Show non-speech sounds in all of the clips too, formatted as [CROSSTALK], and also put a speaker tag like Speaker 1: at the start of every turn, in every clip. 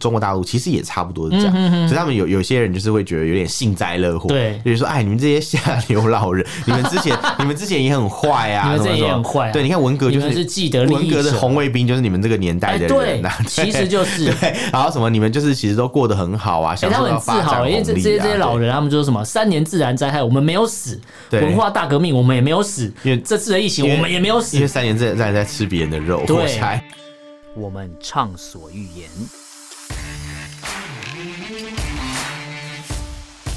Speaker 1: 中国大陆其实也差不多是这样，
Speaker 2: 嗯
Speaker 1: 所以他们有有些人就是会觉得有点幸灾乐祸，
Speaker 2: 对
Speaker 1: 就是说，哎，你们这些下流老人，你们之前 [LAUGHS] 你们之前也很坏啊，
Speaker 2: 你们之前
Speaker 1: 什么
Speaker 2: 也很
Speaker 1: 什么
Speaker 2: 坏啊
Speaker 1: 对，你看文革就
Speaker 2: 你们是既得利益
Speaker 1: 文革的
Speaker 2: 者
Speaker 1: 红卫兵就是你们这个年代
Speaker 2: 哎，
Speaker 1: 的
Speaker 2: 对
Speaker 1: 人啊，，
Speaker 2: 其实就是。
Speaker 1: [LAUGHS] 对，然后什么你们就是其实都过得很好啊，
Speaker 2: 哎
Speaker 1: 享
Speaker 2: 他
Speaker 1: 受
Speaker 2: 们
Speaker 1: 到
Speaker 2: 很自
Speaker 1: 发展
Speaker 2: 豪，
Speaker 1: 红
Speaker 2: 因
Speaker 1: 利
Speaker 2: 为
Speaker 1: 啊，
Speaker 2: 这这些这些老
Speaker 1: 对
Speaker 2: 人，他们就说什么三年自然灾害，我们没有死；
Speaker 1: 对
Speaker 2: 文化大革命，我们也没有死
Speaker 1: 因为；
Speaker 2: 这次的疫情，
Speaker 1: 因为
Speaker 2: 我们也没有
Speaker 1: 因为
Speaker 2: 死。
Speaker 1: 三年自然在吃别人的肉，
Speaker 2: 对
Speaker 1: 我猜。
Speaker 2: 我们畅所欲言，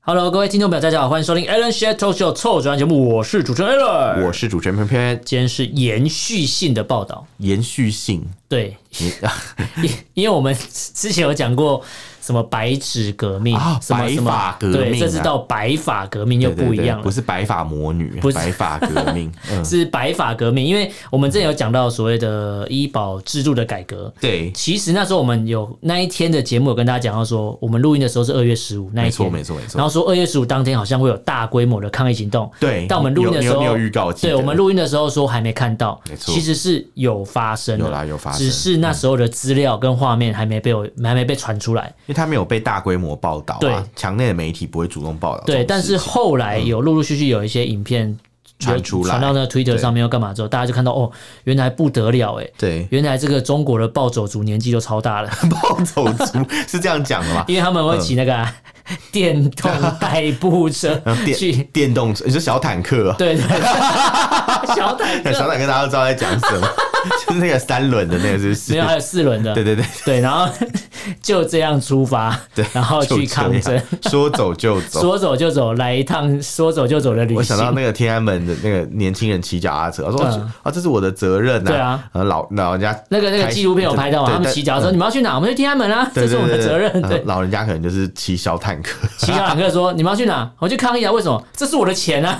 Speaker 2: Hello，各位听众朋友，大家好，欢迎收听 Alan s h a t o Show 臭转节目，我是主持人 Alan，
Speaker 1: 我是主持人偏偏
Speaker 2: 今天是延续性的报道，
Speaker 1: 延续性，
Speaker 2: 对，
Speaker 1: 你
Speaker 2: [LAUGHS] 因因为我们之前有讲过什么白纸革命
Speaker 1: 啊
Speaker 2: 什么什
Speaker 1: 白发
Speaker 2: 么，
Speaker 1: 革命啊
Speaker 2: 对，这次到白发革命 [LAUGHS] 又
Speaker 1: 对 [LAUGHS] 对
Speaker 2: 不一
Speaker 1: 对
Speaker 2: 样了。
Speaker 1: 不是白发魔女，
Speaker 2: 不是
Speaker 1: 白发革命，嗯，
Speaker 2: 是白发革命，因为我们之前有讲到所谓的医保制度的改革。
Speaker 1: 对，
Speaker 2: 其实那时候我们有那一天的节目有跟大家讲到说，我们录音的时候是二月十五那
Speaker 1: 没
Speaker 2: 一
Speaker 1: 错
Speaker 2: 天，
Speaker 1: 没错没
Speaker 2: 然
Speaker 1: 错，
Speaker 2: 后说二月十五当天好像会有大规模的抗议行动。
Speaker 1: 对。
Speaker 2: 但我们录音的时候
Speaker 1: 你有你有你有预告，我记
Speaker 2: 对
Speaker 1: 得
Speaker 2: 我们录音的时候说还没看到，
Speaker 1: 没错
Speaker 2: 其实是有发生的，
Speaker 1: 有啦有发生
Speaker 2: 只是那时候的资料跟画面还没被我还没被传出来。
Speaker 1: 因为他没有被大规模报道、啊，
Speaker 2: 对
Speaker 1: 墙内的媒体不会主动报道这种事情。
Speaker 2: 对，但是后来有陆陆续续有一些影片
Speaker 1: 嗯传出来
Speaker 2: 传到那个 Twitter 上面又干嘛之后，大家就看到哦，原来不得了哎、
Speaker 1: 对
Speaker 2: 原来这个中国的暴走族年纪都超大了，
Speaker 1: [LAUGHS] 暴走族是这样讲的
Speaker 2: [LAUGHS]
Speaker 1: 吗？
Speaker 2: 因为他们会骑那个啊、电动代步
Speaker 1: [LAUGHS]
Speaker 2: 车去
Speaker 1: 嗯呃电，电动车，你说小坦克、啊？
Speaker 2: 对对 [LAUGHS] 小坦
Speaker 1: [LAUGHS]
Speaker 2: 克，
Speaker 1: 小坦克大家都知道在讲什
Speaker 2: [LAUGHS]
Speaker 1: 么，就是那个三轮的那个，是不是
Speaker 2: 没有还？啊有四轮的，
Speaker 1: 对对对
Speaker 2: 对，然后 [LAUGHS] 就这样出发，
Speaker 1: 对，
Speaker 2: 然
Speaker 1: [LAUGHS]
Speaker 2: 后
Speaker 1: 就
Speaker 2: 去
Speaker 1: 这
Speaker 2: 抗
Speaker 1: 样
Speaker 2: 争，，
Speaker 1: 说走就走。
Speaker 2: [LAUGHS] 说走就走，来一趟说走就走的旅行。
Speaker 1: 我想到那个天安门的那个年轻人骑脚踏车，我说
Speaker 2: 嗯
Speaker 1: 啊，这是我的责任呐。
Speaker 2: 对啊，
Speaker 1: 然后老老人家
Speaker 2: 那个那个
Speaker 1: 开
Speaker 2: 纪录片有拍到嘛？啊
Speaker 1: 对
Speaker 2: 他们
Speaker 1: 但
Speaker 2: 骑脚踏车，
Speaker 1: 嗯
Speaker 2: 你们要去哪？我们去天安门啊，
Speaker 1: 对
Speaker 2: 这是
Speaker 1: 对
Speaker 2: 我们的
Speaker 1: 对
Speaker 2: 责任。
Speaker 1: 嗯
Speaker 2: 对，
Speaker 1: 老人家可能就是骑小坦克，
Speaker 2: 骑脚踏车说你们要去哪？我去抗议啊！为什么？这是我的钱啊！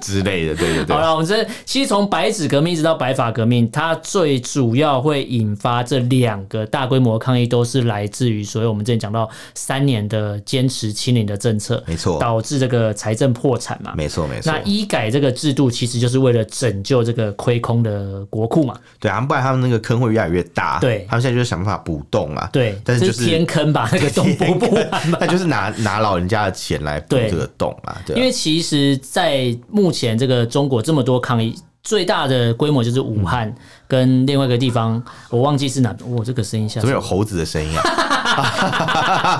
Speaker 1: 之类的，对对对啊
Speaker 2: 好。了，我们这其实从白纸革命一直到白发革命，它最主要会引发这两个大规模抗议，都是来自于所谓我们之前讲到三年的坚持清零的政策，
Speaker 1: 没错
Speaker 2: 导致这个财政破产嘛。
Speaker 1: 没错没错
Speaker 2: 那，医改这个制度其实就是为了拯救这个亏空的国库嘛，
Speaker 1: 对啊，不然他们那个坑会越来越大。
Speaker 2: 对
Speaker 1: 他们现在就是想办法补洞啊。
Speaker 2: 对，
Speaker 1: 但是就啊
Speaker 2: 这
Speaker 1: [LAUGHS]
Speaker 2: 天
Speaker 1: 是
Speaker 2: 坑把那个洞补
Speaker 1: [LAUGHS]
Speaker 2: 不完嘛。
Speaker 1: 那就是拿拿老人家的钱来补
Speaker 2: 对
Speaker 1: 这个洞啊。对啊，
Speaker 2: 因为其实，在目前这个中国这么多抗议，最大的规模就是武
Speaker 1: 嗯
Speaker 2: 汉跟另外一个地方，我忘记是哪，我这个声音下
Speaker 1: 怎么有猴子的声音啊？ [LAUGHS] 好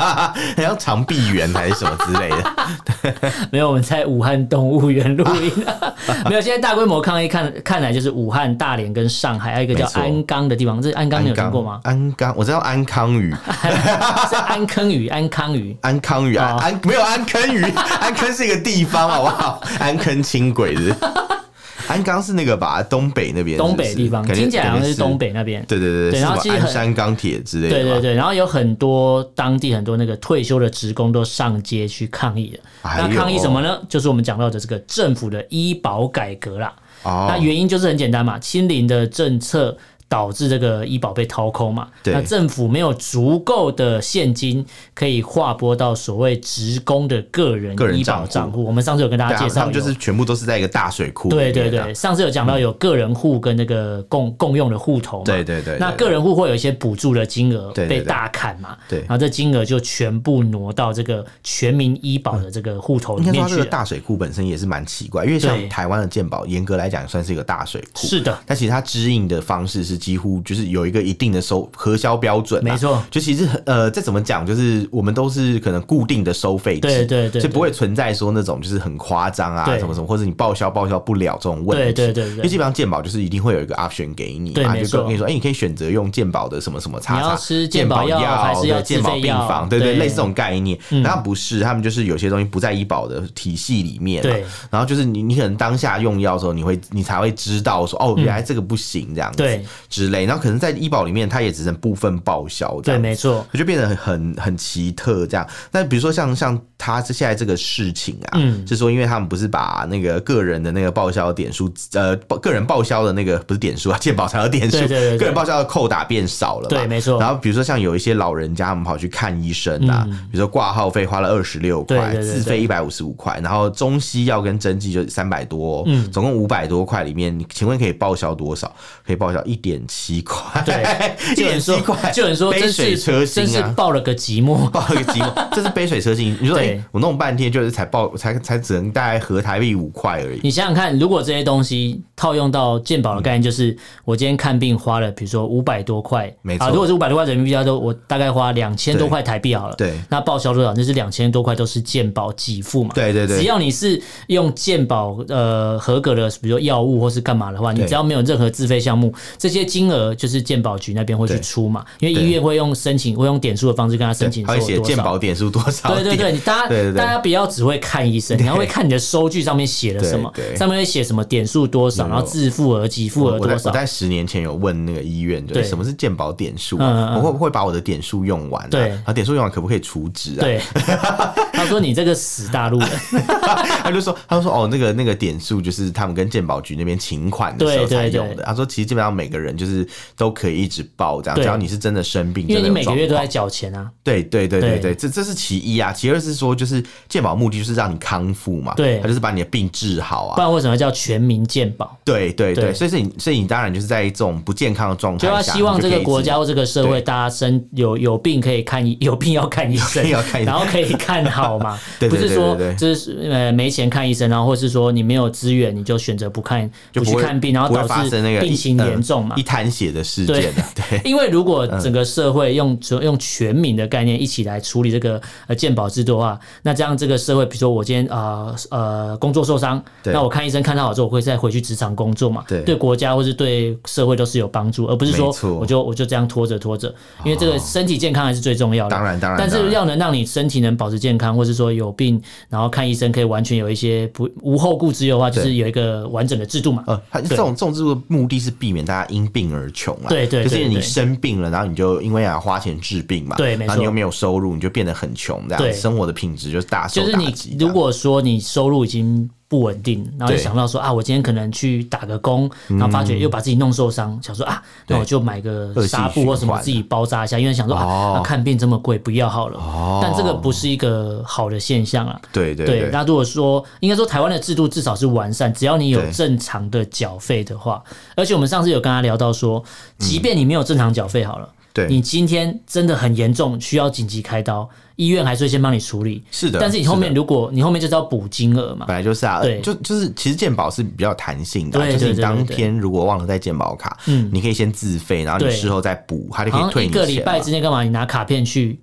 Speaker 1: 像长臂猿还是什么之类
Speaker 2: [LAUGHS]
Speaker 1: 的。
Speaker 2: 没有，我们在武汉动物园录音、 [LAUGHS] 没有，现在大规模抗议看看来就是武汉、大连跟上海，还有一个叫
Speaker 1: 没错
Speaker 2: 鞍钢的地方，这鞍啊钢你有听过吗？
Speaker 1: 安康，我知道安康
Speaker 2: [LAUGHS]
Speaker 1: 鱼，
Speaker 2: 是安坑鱼，安康
Speaker 1: [LAUGHS]
Speaker 2: 鱼。
Speaker 1: 安康鱼，安
Speaker 2: 哦
Speaker 1: 安没有安坑鱼， [LAUGHS] 安坑是一个地方，好不好？ [LAUGHS] 安坑轻轨是
Speaker 2: [LAUGHS]
Speaker 1: 不是。安康是那个吧，东北那边，
Speaker 2: 东北地方
Speaker 1: 是不是
Speaker 2: 听起来好像是东。
Speaker 1: 感觉感觉
Speaker 2: 北那边，
Speaker 1: 对对对
Speaker 2: 对
Speaker 1: 是
Speaker 2: 然后
Speaker 1: 什
Speaker 2: 其
Speaker 1: 么
Speaker 2: 实
Speaker 1: 鞍
Speaker 2: 很
Speaker 1: 山钢铁之类的吧。
Speaker 2: 对对对，然后有很多当地很多那个退休的职工都上街去抗议了。
Speaker 1: 哎呦
Speaker 2: 那抗议什么呢？就是我们讲到的这个政府的医保改革啦。
Speaker 1: 哦，
Speaker 2: 那原因就是很简单嘛，清零的政策。导致这个医保被掏空嘛？
Speaker 1: 对
Speaker 2: 那政府没有足够的现金可以划拨到所谓职工的个人
Speaker 1: 个人
Speaker 2: 医
Speaker 1: 账
Speaker 2: 保
Speaker 1: 户
Speaker 2: 账户。我们上次有跟大
Speaker 1: 对
Speaker 2: 家
Speaker 1: 啊
Speaker 2: 介
Speaker 1: 他
Speaker 2: 绍
Speaker 1: 们
Speaker 2: 有，
Speaker 1: 就是全部都是在一个大水库里面
Speaker 2: 对
Speaker 1: 啊。
Speaker 2: 对对，上次有讲到有个人户跟那个共共用的户头嘛，
Speaker 1: 嗯对对对对
Speaker 2: 那个人户会有一些补助的金额
Speaker 1: 对对对
Speaker 2: 被大砍嘛，
Speaker 1: 对
Speaker 2: 然后这金额就全部挪到这个全民医保的这个户头
Speaker 1: 应
Speaker 2: 里
Speaker 1: 该说
Speaker 2: 面
Speaker 1: 它这
Speaker 2: 去
Speaker 1: 个
Speaker 2: 了。
Speaker 1: 大水库本身也是蛮奇怪，因为像
Speaker 2: 对
Speaker 1: 台湾的健保，严格来讲算是一个大水库。
Speaker 2: 是的，
Speaker 1: 但其实它支应的方式是几乎就是有一个一定的收核销标准啦，
Speaker 2: 没错
Speaker 1: 就其实很呃，再怎么讲，就是我们都是可能固定的收费制，
Speaker 2: 对对对对
Speaker 1: 就不会存在说那种就是很夸张啊
Speaker 2: 对
Speaker 1: 什么什么，或者你报销报销不了这种问题。
Speaker 2: 对对对
Speaker 1: 因
Speaker 2: 对
Speaker 1: 为基本上健保就是一定会有一个 option 给你
Speaker 2: 对
Speaker 1: 嘛，
Speaker 2: 没
Speaker 1: 就
Speaker 2: 错
Speaker 1: 跟跟你说，哎、你可以选择用健保的什么什么叉
Speaker 2: 你要
Speaker 1: 叉，
Speaker 2: 吃
Speaker 1: 健
Speaker 2: 健保
Speaker 1: 药
Speaker 2: 药还是
Speaker 1: 对
Speaker 2: 要
Speaker 1: 健
Speaker 2: 自
Speaker 1: 保
Speaker 2: 费
Speaker 1: 病
Speaker 2: 药
Speaker 1: 房，对对，
Speaker 2: 对嗯
Speaker 1: 类似这种概念。然后不是，他们就是有些东西不在医保的体系里面嘛，
Speaker 2: 对
Speaker 1: 然后就是你，你可能当下用药的时候，你会你才会知道说，哦，原来这个不行这样子。
Speaker 2: 嗯对，
Speaker 1: 之类，然后可能在医保里面它也只能部分报销，
Speaker 2: 对，没错，
Speaker 1: 就变得很很很奇特这样。那比如说像像他这现在这个事情啊，
Speaker 2: 嗯
Speaker 1: 是说因为他们不是把那个个人的那个报销点数，呃，报个人报销的那个不是点数啊，健保才有点数，
Speaker 2: 对对对对
Speaker 1: 个人报销的扣打变少了嘛，
Speaker 2: 对，没错嗯
Speaker 1: 然，后比如说像有一些老人家，我们跑去看医生啊，比如说挂号费花了二十六
Speaker 2: 对
Speaker 1: 块，
Speaker 2: 对对
Speaker 1: 自
Speaker 2: 对
Speaker 1: 费一百五十五块，然后中西药跟针剂就三百多哦、
Speaker 2: 嗯
Speaker 1: 总共五百多块里面，请问可以报销多少？可以报销一点七块， [LAUGHS]
Speaker 2: 对
Speaker 1: 一
Speaker 2: [LAUGHS] 就有
Speaker 1: 点
Speaker 2: 人说
Speaker 1: 七块，，
Speaker 2: 就有人说，
Speaker 1: 杯
Speaker 2: 真
Speaker 1: 水
Speaker 2: 是
Speaker 1: 车薪
Speaker 2: 真是
Speaker 1: [LAUGHS] 啊。
Speaker 2: 报了个寂寞。 [LAUGHS]
Speaker 1: 报一个寂寞，这是杯水车薪。你说，哎、
Speaker 2: 对
Speaker 1: 我弄半天就是才报，才才只能大概合台币五块而已。
Speaker 2: 你想想看，如果这些东西套用到健保的概念，就是我今天看病花了，比如说五百多块，
Speaker 1: 没错
Speaker 2: 啊，如果是五百多块人民币要都，我大概花两千多块台币好了。
Speaker 1: 对
Speaker 2: 那报销多少？就是两千多块都是健保给付嘛。
Speaker 1: 对对对
Speaker 2: 只要你是用健保呃合格的，比如说药物或是干嘛的话，你
Speaker 1: 对
Speaker 2: 只要没有任何自费项目，这些金额就是健保局那边会去
Speaker 1: 对
Speaker 2: 出嘛，因为
Speaker 1: 对
Speaker 2: 医院会用申请，会用点数的方式跟他申请
Speaker 1: 他
Speaker 2: 说
Speaker 1: 会
Speaker 2: 我
Speaker 1: 写
Speaker 2: 多
Speaker 1: 鉴
Speaker 2: 少。
Speaker 1: 宝点数多少
Speaker 2: 对对
Speaker 1: 点
Speaker 2: 对，你大家
Speaker 1: 对对对
Speaker 2: 大家不要只会看医生，你还会看你的收据上面写了什么
Speaker 1: 对对，
Speaker 2: 上面会写什么点数多少，
Speaker 1: 有
Speaker 2: 然后自付额、给付额
Speaker 1: 我在
Speaker 2: 多
Speaker 1: 我
Speaker 2: 少。
Speaker 1: 在十年前有问那个医院，就是哎
Speaker 2: 对
Speaker 1: 什么是健保点数、
Speaker 2: 嗯嗯
Speaker 1: 啊，
Speaker 2: 嗯
Speaker 1: 我会不会把我的点数用完、啊？
Speaker 2: 对
Speaker 1: 然后点数用完可不可以除值啊？
Speaker 2: 对， [LAUGHS] 他说你这个死大陆人，
Speaker 1: [LAUGHS] 他就说，他就说哦，那个那个点数就是他们跟健保局那边请款的时候
Speaker 2: 对
Speaker 1: 才
Speaker 2: 对对
Speaker 1: 用的。他说，其实基本上每个人就是都可以一直报这样，
Speaker 2: 对
Speaker 1: 只要你是真的生病，
Speaker 2: 因
Speaker 1: 真
Speaker 2: 为
Speaker 1: 的
Speaker 2: 你
Speaker 1: 有
Speaker 2: 每个月
Speaker 1: 状
Speaker 2: 都
Speaker 1: 况
Speaker 2: 在缴钱啊。
Speaker 1: 对对对对
Speaker 2: 对
Speaker 1: 对，这这是其一啊，其二是说就是健保目的就是让你康复嘛，
Speaker 2: 对
Speaker 1: 他就是把你的病治好
Speaker 2: 不
Speaker 1: 啊。
Speaker 2: 然为什么叫全民健保？
Speaker 1: 对对对，
Speaker 2: 对
Speaker 1: 所以是你，所以你当然就是在这种不健康的状态
Speaker 2: 就
Speaker 1: 啊下，
Speaker 2: 要希望
Speaker 1: 你就可以
Speaker 2: 这个
Speaker 1: 一直
Speaker 2: 国家或这个社会，大家生有有病可以看医， [LAUGHS] 有病要看医生
Speaker 1: [LAUGHS] 有病要看医，生。
Speaker 2: 然后可以看好嘛
Speaker 1: [LAUGHS] 对对
Speaker 2: 不
Speaker 1: 对
Speaker 2: 是说
Speaker 1: 对对
Speaker 2: 就是呃没钱看医生，然后或是说你没有资源，你就选择不看
Speaker 1: 就
Speaker 2: 不
Speaker 1: 不
Speaker 2: 去
Speaker 1: 会
Speaker 2: 看病，然
Speaker 1: 不
Speaker 2: 后
Speaker 1: 会发
Speaker 2: 导致
Speaker 1: 生那个
Speaker 2: 病
Speaker 1: 一
Speaker 2: 情
Speaker 1: 呃
Speaker 2: 严重嘛
Speaker 1: 一。滩血的事件啊，
Speaker 2: [LAUGHS]
Speaker 1: 对。
Speaker 2: 因为如果整个社会用用全民的概念一起来处理这个呃健保制度的话，那这样这个社会，比如说我今天啊呃呃工作受伤，
Speaker 1: 对
Speaker 2: 那我看医生看到好之后，我会再回去职场工作嘛，
Speaker 1: 对
Speaker 2: 对国家或是对社会都是有帮助，而不是
Speaker 1: 没
Speaker 2: 说
Speaker 1: 错
Speaker 2: 我就我就这样拖着拖着，因为这个身体健康还是最重要的。
Speaker 1: 当然当然
Speaker 2: 但
Speaker 1: 当
Speaker 2: 是
Speaker 1: 然
Speaker 2: 要能让你身体能保持健康，或是说有病然后看医生可以完全有一些不无后顾之忧的话，就
Speaker 1: 对
Speaker 2: 是有一个完整的制度嘛。
Speaker 1: 呃，它这种这种制度的目的是避免大家因病而穷啊，
Speaker 2: 对对
Speaker 1: 就
Speaker 2: 对
Speaker 1: 是你
Speaker 2: 对
Speaker 1: 生病了，然后你就因为要花钱治病嘛，
Speaker 2: 对没
Speaker 1: 然后你
Speaker 2: 错
Speaker 1: 又没有收入，你就变得很穷，这样
Speaker 2: 对
Speaker 1: 生活的品质就是大受
Speaker 2: 就是
Speaker 1: 打
Speaker 2: 你
Speaker 1: 击这样。
Speaker 2: 如果说你收入已经不稳定，然后
Speaker 1: 对嗯
Speaker 2: 就想到说啊，我今天可能去打个工，然后发觉又把自己弄受伤，想说啊，那我就买个
Speaker 1: 恶性
Speaker 2: 纱布或什
Speaker 1: 循
Speaker 2: 么
Speaker 1: 环啊
Speaker 2: 自己包扎一下，因为想说啊
Speaker 1: 哦
Speaker 2: 啊，看病这么贵，不要好
Speaker 1: 哦
Speaker 2: 了。但这个不是一个好的现象啊。
Speaker 1: 对对
Speaker 2: 对，那如果说应该说台湾的制度至少是完善，只要你有
Speaker 1: 对
Speaker 2: 正常的缴费的话，而且我们上次有跟他聊到说，即便你没有正常缴费好了。
Speaker 1: 嗯对
Speaker 2: 你今天真的很严重，需要紧急开刀，医院还是会先帮你处理。
Speaker 1: 是的
Speaker 2: 但是你后面
Speaker 1: 啊是
Speaker 2: 如果你后面就是要补金额嘛，
Speaker 1: 本来就是啊，
Speaker 2: 对
Speaker 1: 就就是其实健保是比较弹性的啊、
Speaker 2: 对
Speaker 1: 就是
Speaker 2: 对
Speaker 1: 你
Speaker 2: 对
Speaker 1: 当
Speaker 2: 对对
Speaker 1: 天如果忘了带健保卡，
Speaker 2: 嗯
Speaker 1: 你可以先自费，然后你
Speaker 2: 对
Speaker 1: 事后再补，它就可
Speaker 2: 好
Speaker 1: 以
Speaker 2: 像
Speaker 1: 退
Speaker 2: 一
Speaker 1: 你
Speaker 2: 个
Speaker 1: 钱
Speaker 2: 礼拜
Speaker 1: 嘛
Speaker 2: 之内干嘛？你拿卡片去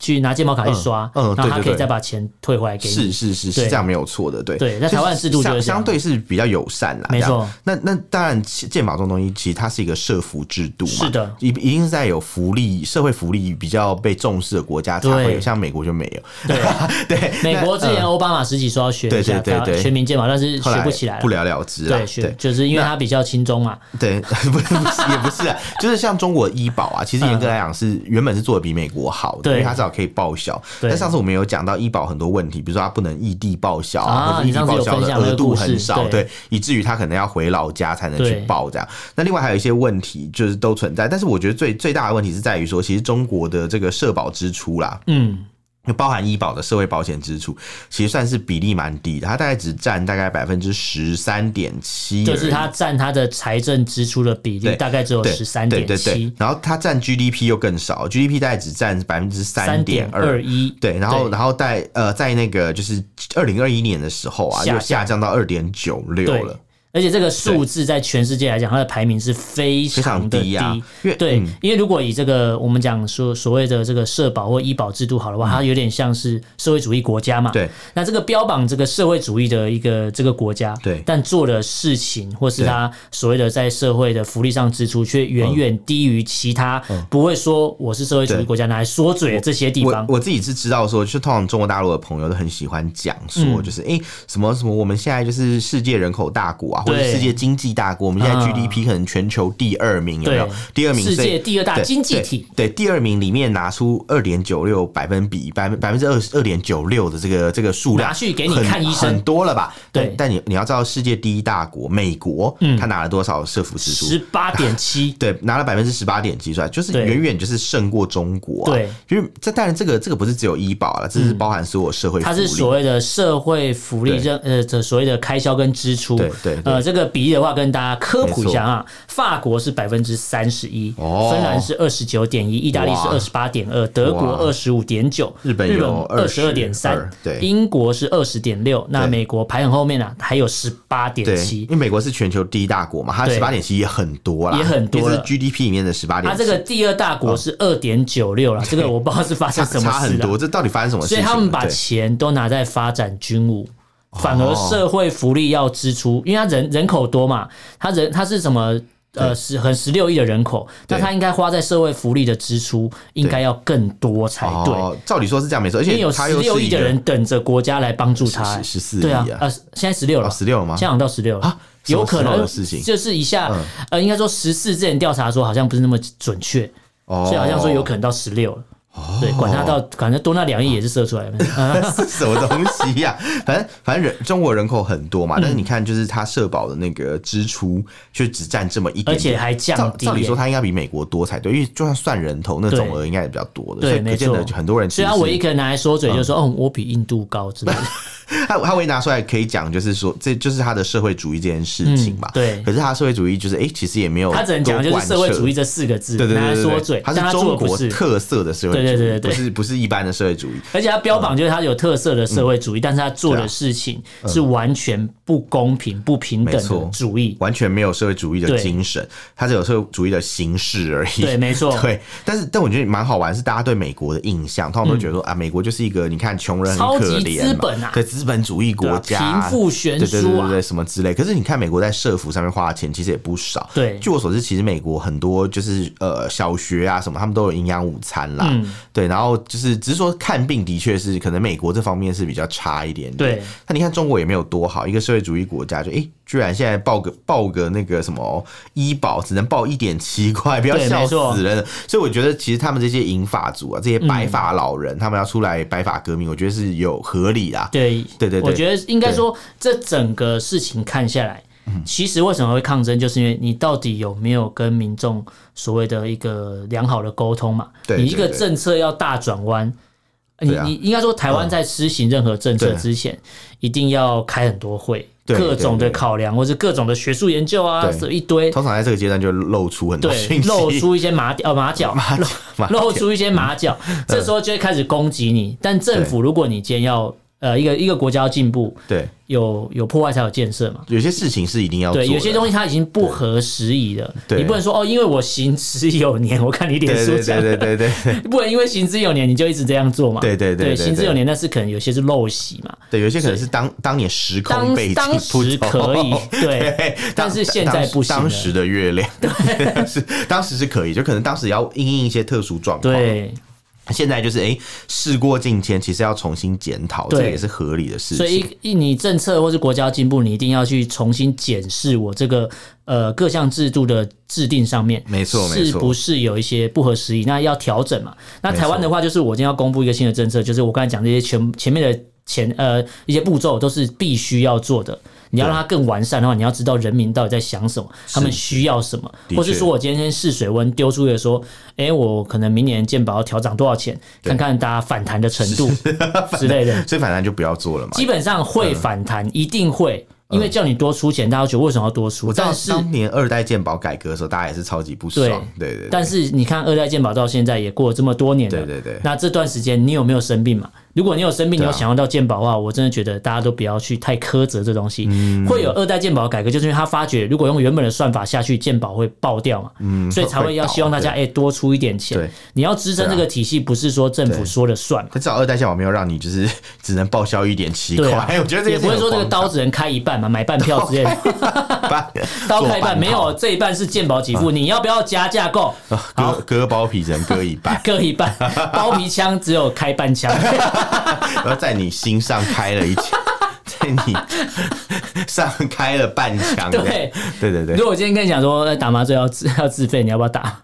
Speaker 2: 去拿健保卡去刷，
Speaker 1: 嗯嗯
Speaker 2: 然后他
Speaker 1: 对对
Speaker 2: 可以
Speaker 1: 对
Speaker 2: 再把钱退回来给
Speaker 1: 是
Speaker 2: 你。
Speaker 1: 是是是
Speaker 2: 对
Speaker 1: 这样没有错的，对
Speaker 2: 对在台湾的制度就
Speaker 1: 相
Speaker 2: 是这样
Speaker 1: 相对是比较友善啦，
Speaker 2: 没错
Speaker 1: 这样。那那当然，健保这种东西其实它是一个社福制度嘛，
Speaker 2: 是的
Speaker 1: 一一定是在有福利、社会福利比较被重视的国家才会有，
Speaker 2: 对
Speaker 1: 像美国就没有。
Speaker 2: 对，
Speaker 1: [LAUGHS] 对，
Speaker 2: 美
Speaker 1: 那
Speaker 2: 国之前
Speaker 1: 嗯
Speaker 2: 奥巴马时期说要学
Speaker 1: 对
Speaker 2: 一下
Speaker 1: 对对
Speaker 2: 他
Speaker 1: 对
Speaker 2: 全民健保，但是
Speaker 1: 后
Speaker 2: 学
Speaker 1: 来
Speaker 2: 不起来
Speaker 1: 不。了了之了。
Speaker 2: 对，学就是因为他比较轻中嘛，
Speaker 1: 对， [LAUGHS] 不是不是也不是啊，就是像中国医保啊，其实严格来讲是原本是做的比美国好的，
Speaker 2: 嗯对
Speaker 1: 因为它至少可以报销。
Speaker 2: 对
Speaker 1: 但上次我们有讲到医保很多问题，比如说它不能异地报销
Speaker 2: 啊
Speaker 1: 或者异
Speaker 2: 你
Speaker 1: 地
Speaker 2: 上次
Speaker 1: 报
Speaker 2: 有
Speaker 1: 销
Speaker 2: 分
Speaker 1: 的
Speaker 2: 享那
Speaker 1: 额
Speaker 2: 个
Speaker 1: 度
Speaker 2: 故事
Speaker 1: 很少，
Speaker 2: 对
Speaker 1: 对，以至于他可能要回老家才能去
Speaker 2: 对
Speaker 1: 报这样。那另外还有一些问题就是都存在，但是我觉得最最大的问题是在于说，其实中国的这个社保支出啦，
Speaker 2: 嗯，
Speaker 1: 就包含医保的社会保险支出，其实算是比例蛮低的，它大概只占大概百分之十三点七，
Speaker 2: 就是他占他的财政支出的比
Speaker 1: 对
Speaker 2: 例大概只有
Speaker 1: 对
Speaker 2: 十三点
Speaker 1: 对对对
Speaker 2: 七，，
Speaker 1: 然后它占 GDP 又更少，GDP 大概只占百分之三
Speaker 2: 三
Speaker 1: 点
Speaker 2: 点
Speaker 1: 二
Speaker 2: 二。一，
Speaker 1: 对，然后
Speaker 2: 对
Speaker 1: 然后在呃，在那个就是二零二一年的时候啊，
Speaker 2: 下
Speaker 1: 又下降到二点九六
Speaker 2: 对
Speaker 1: 了，
Speaker 2: 而且这个数字在全世界来讲，它的排名是非
Speaker 1: 非常
Speaker 2: 常的
Speaker 1: 低
Speaker 2: 低。
Speaker 1: 啊。因为
Speaker 2: 对，
Speaker 1: 嗯
Speaker 2: 因为如果以这个我们讲说所谓的这个社保或医保制度好的话，它有点像是社会主义国家
Speaker 1: 嗯
Speaker 2: 嘛。，
Speaker 1: 对
Speaker 2: 那这个标榜这个社会主义的一个这个国家，
Speaker 1: 对
Speaker 2: 但做的事情或是
Speaker 1: 对
Speaker 2: 它所谓的在社会的福利上支出，却远远低于其他
Speaker 1: 嗯
Speaker 2: 不会说我是社会主义国家拿来说嘴的这些地
Speaker 1: 我
Speaker 2: 方。
Speaker 1: 我自己是知道说，就通常中
Speaker 2: 嗯
Speaker 1: 国大陆的朋友都很喜欢讲说，就是诶、什么什么，我们现在就是世界人口大国啊，或者
Speaker 2: 对
Speaker 1: 世界经济大国，我们现在
Speaker 2: 嗯
Speaker 1: GDP 可能全球第二名，有没有
Speaker 2: 对？
Speaker 1: 第二名，
Speaker 2: 世
Speaker 1: 所以
Speaker 2: 界第二大
Speaker 1: 对
Speaker 2: 经济体
Speaker 1: 对，对第二名里面拿出二点九六百分比百分百分之二二点九六的这个这个数量，
Speaker 2: 拿去给你
Speaker 1: 很
Speaker 2: 看医生
Speaker 1: 很多了吧？
Speaker 2: 对
Speaker 1: 但但你你要知道，世界第一大国美国，
Speaker 2: 嗯
Speaker 1: 他拿了多少社福支出？
Speaker 2: 十八点七，
Speaker 1: 对，拿了百分之十八点七出来，就是
Speaker 2: 对
Speaker 1: 远远就是胜过中国、啊。
Speaker 2: 对，嗯
Speaker 1: 因为这当然这个这个不是只有医保了，这是包含所有社会福利。
Speaker 2: 它是所谓的社会福利
Speaker 1: 对
Speaker 2: 认呃，这所谓的开销跟支出。
Speaker 1: 对对对
Speaker 2: 呃，这个比例的话，跟大家科普
Speaker 1: 没
Speaker 2: 一
Speaker 1: 错
Speaker 2: 下啊，法国是百分之三十一，
Speaker 1: 哦
Speaker 2: 芬兰是二十九点一，意大利是
Speaker 1: 哇
Speaker 2: 二十八点二，德国
Speaker 1: 哇
Speaker 2: 二十五点九，
Speaker 1: 日本有
Speaker 2: 日本二十二点三
Speaker 1: 22.3，对
Speaker 2: 英国是二十点六，那
Speaker 1: 对
Speaker 2: 美国排很后面啊，还有十八点
Speaker 1: 对，
Speaker 2: 七
Speaker 1: 因。为美国是全球第一大国嘛，它
Speaker 2: 对
Speaker 1: 十八点七也很多啦，
Speaker 2: 也很多
Speaker 1: 因为这
Speaker 2: 了
Speaker 1: 是 GDP 里面的十八点。
Speaker 2: 啊它这个第二大国是二点九六了，这个我不知道是发生
Speaker 1: 哦差
Speaker 2: 什么
Speaker 1: 差
Speaker 2: 事啊
Speaker 1: 很
Speaker 2: 了
Speaker 1: 多，。这到底发生什么事
Speaker 2: 所
Speaker 1: 情
Speaker 2: 以
Speaker 1: 了？
Speaker 2: 他们把
Speaker 1: 对哦
Speaker 2: 钱都拿在发展军武，反而社会福利要支出，因为他人人口多嘛，他人他是什么？呃，
Speaker 1: 对
Speaker 2: 十很十六亿的人口，那
Speaker 1: 对
Speaker 2: 他应该花在社会福利的支出应该要更多才哎对，
Speaker 1: 哦，照理说是这样没错，而
Speaker 2: 因
Speaker 1: 且
Speaker 2: 为有
Speaker 1: 它
Speaker 2: 十
Speaker 1: 又
Speaker 2: 六
Speaker 1: 是
Speaker 2: 亿
Speaker 1: 一
Speaker 2: 的
Speaker 1: 个
Speaker 2: 人等着国家来帮助他、
Speaker 1: 十十四
Speaker 2: 对啊
Speaker 1: 亿，啊
Speaker 2: 呃，现在十六了，
Speaker 1: 哦16了吗
Speaker 2: 现在好像到十六了
Speaker 1: 啊什
Speaker 2: 有
Speaker 1: 么时
Speaker 2: 可
Speaker 1: 候
Speaker 2: 能
Speaker 1: 的事情嗯
Speaker 2: 就是一下，呃，应该说十四之前调查说好像不是那么准确，
Speaker 1: 哦，
Speaker 2: 所以好像说有可能到十六了。对，管他到，反正多那两亿也是射出来的。嗯
Speaker 1: 哦 [LAUGHS] 是什么东西呀、反正反正人中国人口很多嘛，
Speaker 2: 嗯
Speaker 1: 但是你看，就是它社保的那个支出却只占这么一点点，
Speaker 2: 而且还降低
Speaker 1: 照照理
Speaker 2: 耶
Speaker 1: 说，它应该比美国多才对，因为就算算人头，那
Speaker 2: 对
Speaker 1: 总额应该也比较多的，所
Speaker 2: 对，
Speaker 1: 以
Speaker 2: 没
Speaker 1: 不见
Speaker 2: 错
Speaker 1: 得，很多人其
Speaker 2: 所
Speaker 1: 实
Speaker 2: 以
Speaker 1: 是。嗯哦
Speaker 2: 他唯一可能拿来说嘴，就是说，哦，我比印度高之类的。
Speaker 1: 他他会拿出来可以讲，就是说这就是他的社会主义这件事情嘛。
Speaker 2: 嗯对
Speaker 1: 可是他社会主义就是哎、诶其实也没有
Speaker 2: [LAUGHS] 他只能讲
Speaker 1: 多
Speaker 2: 就是
Speaker 1: 贯彻
Speaker 2: 社会主义。这四个字
Speaker 1: 对对
Speaker 2: 拿来
Speaker 1: 对
Speaker 2: 说
Speaker 1: 对
Speaker 2: 嘴
Speaker 1: 对，，它
Speaker 2: 但他
Speaker 1: 是
Speaker 2: 做
Speaker 1: 中
Speaker 2: 的不
Speaker 1: 国
Speaker 2: 是。
Speaker 1: 特色的社会主义，
Speaker 2: 对对对对对
Speaker 1: 不是不是一般的社会主义。
Speaker 2: 而且他标榜就是他有特色的社会
Speaker 1: 嗯
Speaker 2: 主义，但是他做的事情是完全不公平、不平
Speaker 1: 啊嗯
Speaker 2: 等
Speaker 1: 没
Speaker 2: 的
Speaker 1: 错
Speaker 2: 主义。
Speaker 1: 完全没有社会主义的
Speaker 2: 对
Speaker 1: 精神，它只有社会主义的形式而已。
Speaker 2: 对，没错，
Speaker 1: [LAUGHS] 对，但是但我觉得蛮好玩，是大家对美国的印象，通常都觉得说、啊，美国就是一个你看穷人
Speaker 2: 嗯超
Speaker 1: 很
Speaker 2: 级
Speaker 1: 可怜嘛，
Speaker 2: 资本啊
Speaker 1: 对资本主义国
Speaker 2: 对
Speaker 1: 家、
Speaker 2: 啊贫富悬殊啊
Speaker 1: 对对对对对什么之类。可是你看美国在社服上面花的钱其实也不少。
Speaker 2: 对
Speaker 1: 据我所知，其实美国很多就是呃小学啊什么，他们都有营养午餐啦。
Speaker 2: 嗯
Speaker 1: 对，然后就是只是说看病的确是可能美国这方面是比较差一点点。
Speaker 2: 对，
Speaker 1: 那你看中国也没有多好，一个社会主义国家就诶、居然现在报个报个那个什么医保只能报一点七块，不要
Speaker 2: 对没
Speaker 1: 笑
Speaker 2: 错嗯
Speaker 1: 死人了。所以我觉得其实他们这些银发族啊，这些白发老人，他们要出来白发革命，我觉得是有合理啦。
Speaker 2: 对
Speaker 1: 对对对
Speaker 2: 我觉得应该说这整个事情看下来，
Speaker 1: 嗯
Speaker 2: 其实为什么会抗争，就是因为你到底有没有跟民众所谓的一个良好的沟通嘛？
Speaker 1: 对
Speaker 2: 你一个
Speaker 1: 对对
Speaker 2: 政策要大转弯。你
Speaker 1: 对啊
Speaker 2: 你应该说，台湾在施行任何政策
Speaker 1: 对啊
Speaker 2: 之前，一定要开很多会，
Speaker 1: 对
Speaker 2: 各种的
Speaker 1: 对对
Speaker 2: 考量，或者各种的学术研究啊，
Speaker 1: 对
Speaker 2: 这一堆，
Speaker 1: 通常在这个阶段就露出很多
Speaker 2: 对
Speaker 1: 讯，息，啊
Speaker 2: 露
Speaker 1: [LAUGHS]
Speaker 2: 出一些马脚，呃马脚，
Speaker 1: 马脚嗯马脚
Speaker 2: 露出一些马脚，这时候就会开始攻击你。但政府，如果你今天要呃一个一个国家要进步，
Speaker 1: 对，
Speaker 2: 有有破坏才有建设嘛。
Speaker 1: 有些事情是一定要哦做
Speaker 2: 对，
Speaker 1: 的，
Speaker 2: 有些东西它已经不合时宜了，
Speaker 1: 对
Speaker 2: 你不能说哦，因为我行之有年，我看你 [LAUGHS] 脸
Speaker 1: 对
Speaker 2: 书
Speaker 1: 对
Speaker 2: 讲
Speaker 1: 对，对对对对
Speaker 2: [LAUGHS] 不能因为行之有年你就一直这样做嘛。
Speaker 1: 对对对
Speaker 2: 对，
Speaker 1: 对
Speaker 2: 行之有年，但是可能有些是陋习嘛，
Speaker 1: 对，有些可能是当当年时空
Speaker 2: 当
Speaker 1: 背景
Speaker 2: 当
Speaker 1: 不
Speaker 2: 时
Speaker 1: 同 [LAUGHS]
Speaker 2: 可以，对，
Speaker 1: 对，
Speaker 2: 但
Speaker 1: 当
Speaker 2: 是现在不行
Speaker 1: 当
Speaker 2: 了
Speaker 1: 当时的月亮， [LAUGHS] 是当时是可以，就可能当时要因应一些特殊状况。
Speaker 2: 对，
Speaker 1: 现在就是哎，事过境迁，其实要重新检讨，这
Speaker 2: 对
Speaker 1: 个也是合理的事情。
Speaker 2: 所以一，一你政策或是国家要进步，你一定要去重新检视我这个呃各项制度的制定上面，
Speaker 1: 没错没错
Speaker 2: 是不是有一些不合时宜？那要调整嘛。那
Speaker 1: 没错
Speaker 2: 台湾的话，就是我今天要公布一个新的政策，就是我刚才讲这些前前面的前呃一些步骤都是必须要做的。你要让它更完善的话，你要知道人民到底在想什么，他们需要什么，
Speaker 1: 的确
Speaker 2: 或是说我今天试水温丢出一个说，哎、我可能明年健保要调涨多少钱，看看大家反弹的程度之类的。
Speaker 1: 所以反正就不要做了嘛。
Speaker 2: 基本上会反弹，一定会，因为叫你多出钱，大家觉得为什么要多出？
Speaker 1: 我知道
Speaker 2: 但是
Speaker 1: 当年二代健保改革的时候，大家也是超级不爽，对对对。
Speaker 2: 但是你看，二代健保到现在也过了这么多年了，
Speaker 1: 对对对
Speaker 2: 那这段时间你有没有生病嘛？如果你有生病，你
Speaker 1: 对啊
Speaker 2: 有想要到健保的话，我真的觉得大家都不要去太苛责这东西。
Speaker 1: 嗯
Speaker 2: 会有二代健保改革，就是因为他发觉，如果用原本的算法下去，健保会爆掉嘛，所以才会
Speaker 1: 嗯
Speaker 2: 要
Speaker 1: 会倒
Speaker 2: 希望大家哎、多出一点
Speaker 1: 对
Speaker 2: 钱。你要支撑这个体系，不是说政府
Speaker 1: 对
Speaker 2: 说了算嘛。
Speaker 1: 他至少二代健保没有让你就是 [LAUGHS] 只能报销一点七
Speaker 2: 对
Speaker 1: 块，
Speaker 2: 啊
Speaker 1: 哎我觉得这
Speaker 2: 也
Speaker 1: 个
Speaker 2: 不会说这个刀只能开一半嘛，买半票之类的。刀开一半，没有这啊一半是鉴宝给
Speaker 1: 啊
Speaker 2: 付，你要不要加价购？好，，
Speaker 1: 割割包皮只能割一半
Speaker 2: 各
Speaker 1: [LAUGHS]
Speaker 2: 一半，包皮枪只有开半枪， [LAUGHS]
Speaker 1: 然后在你心上开了一枪，被你上开了半枪。
Speaker 2: 对，
Speaker 1: 对对
Speaker 2: 如
Speaker 1: 对，
Speaker 2: 果我今天跟你讲说呃打麻醉要自 [LAUGHS] 要自费，你要不要打？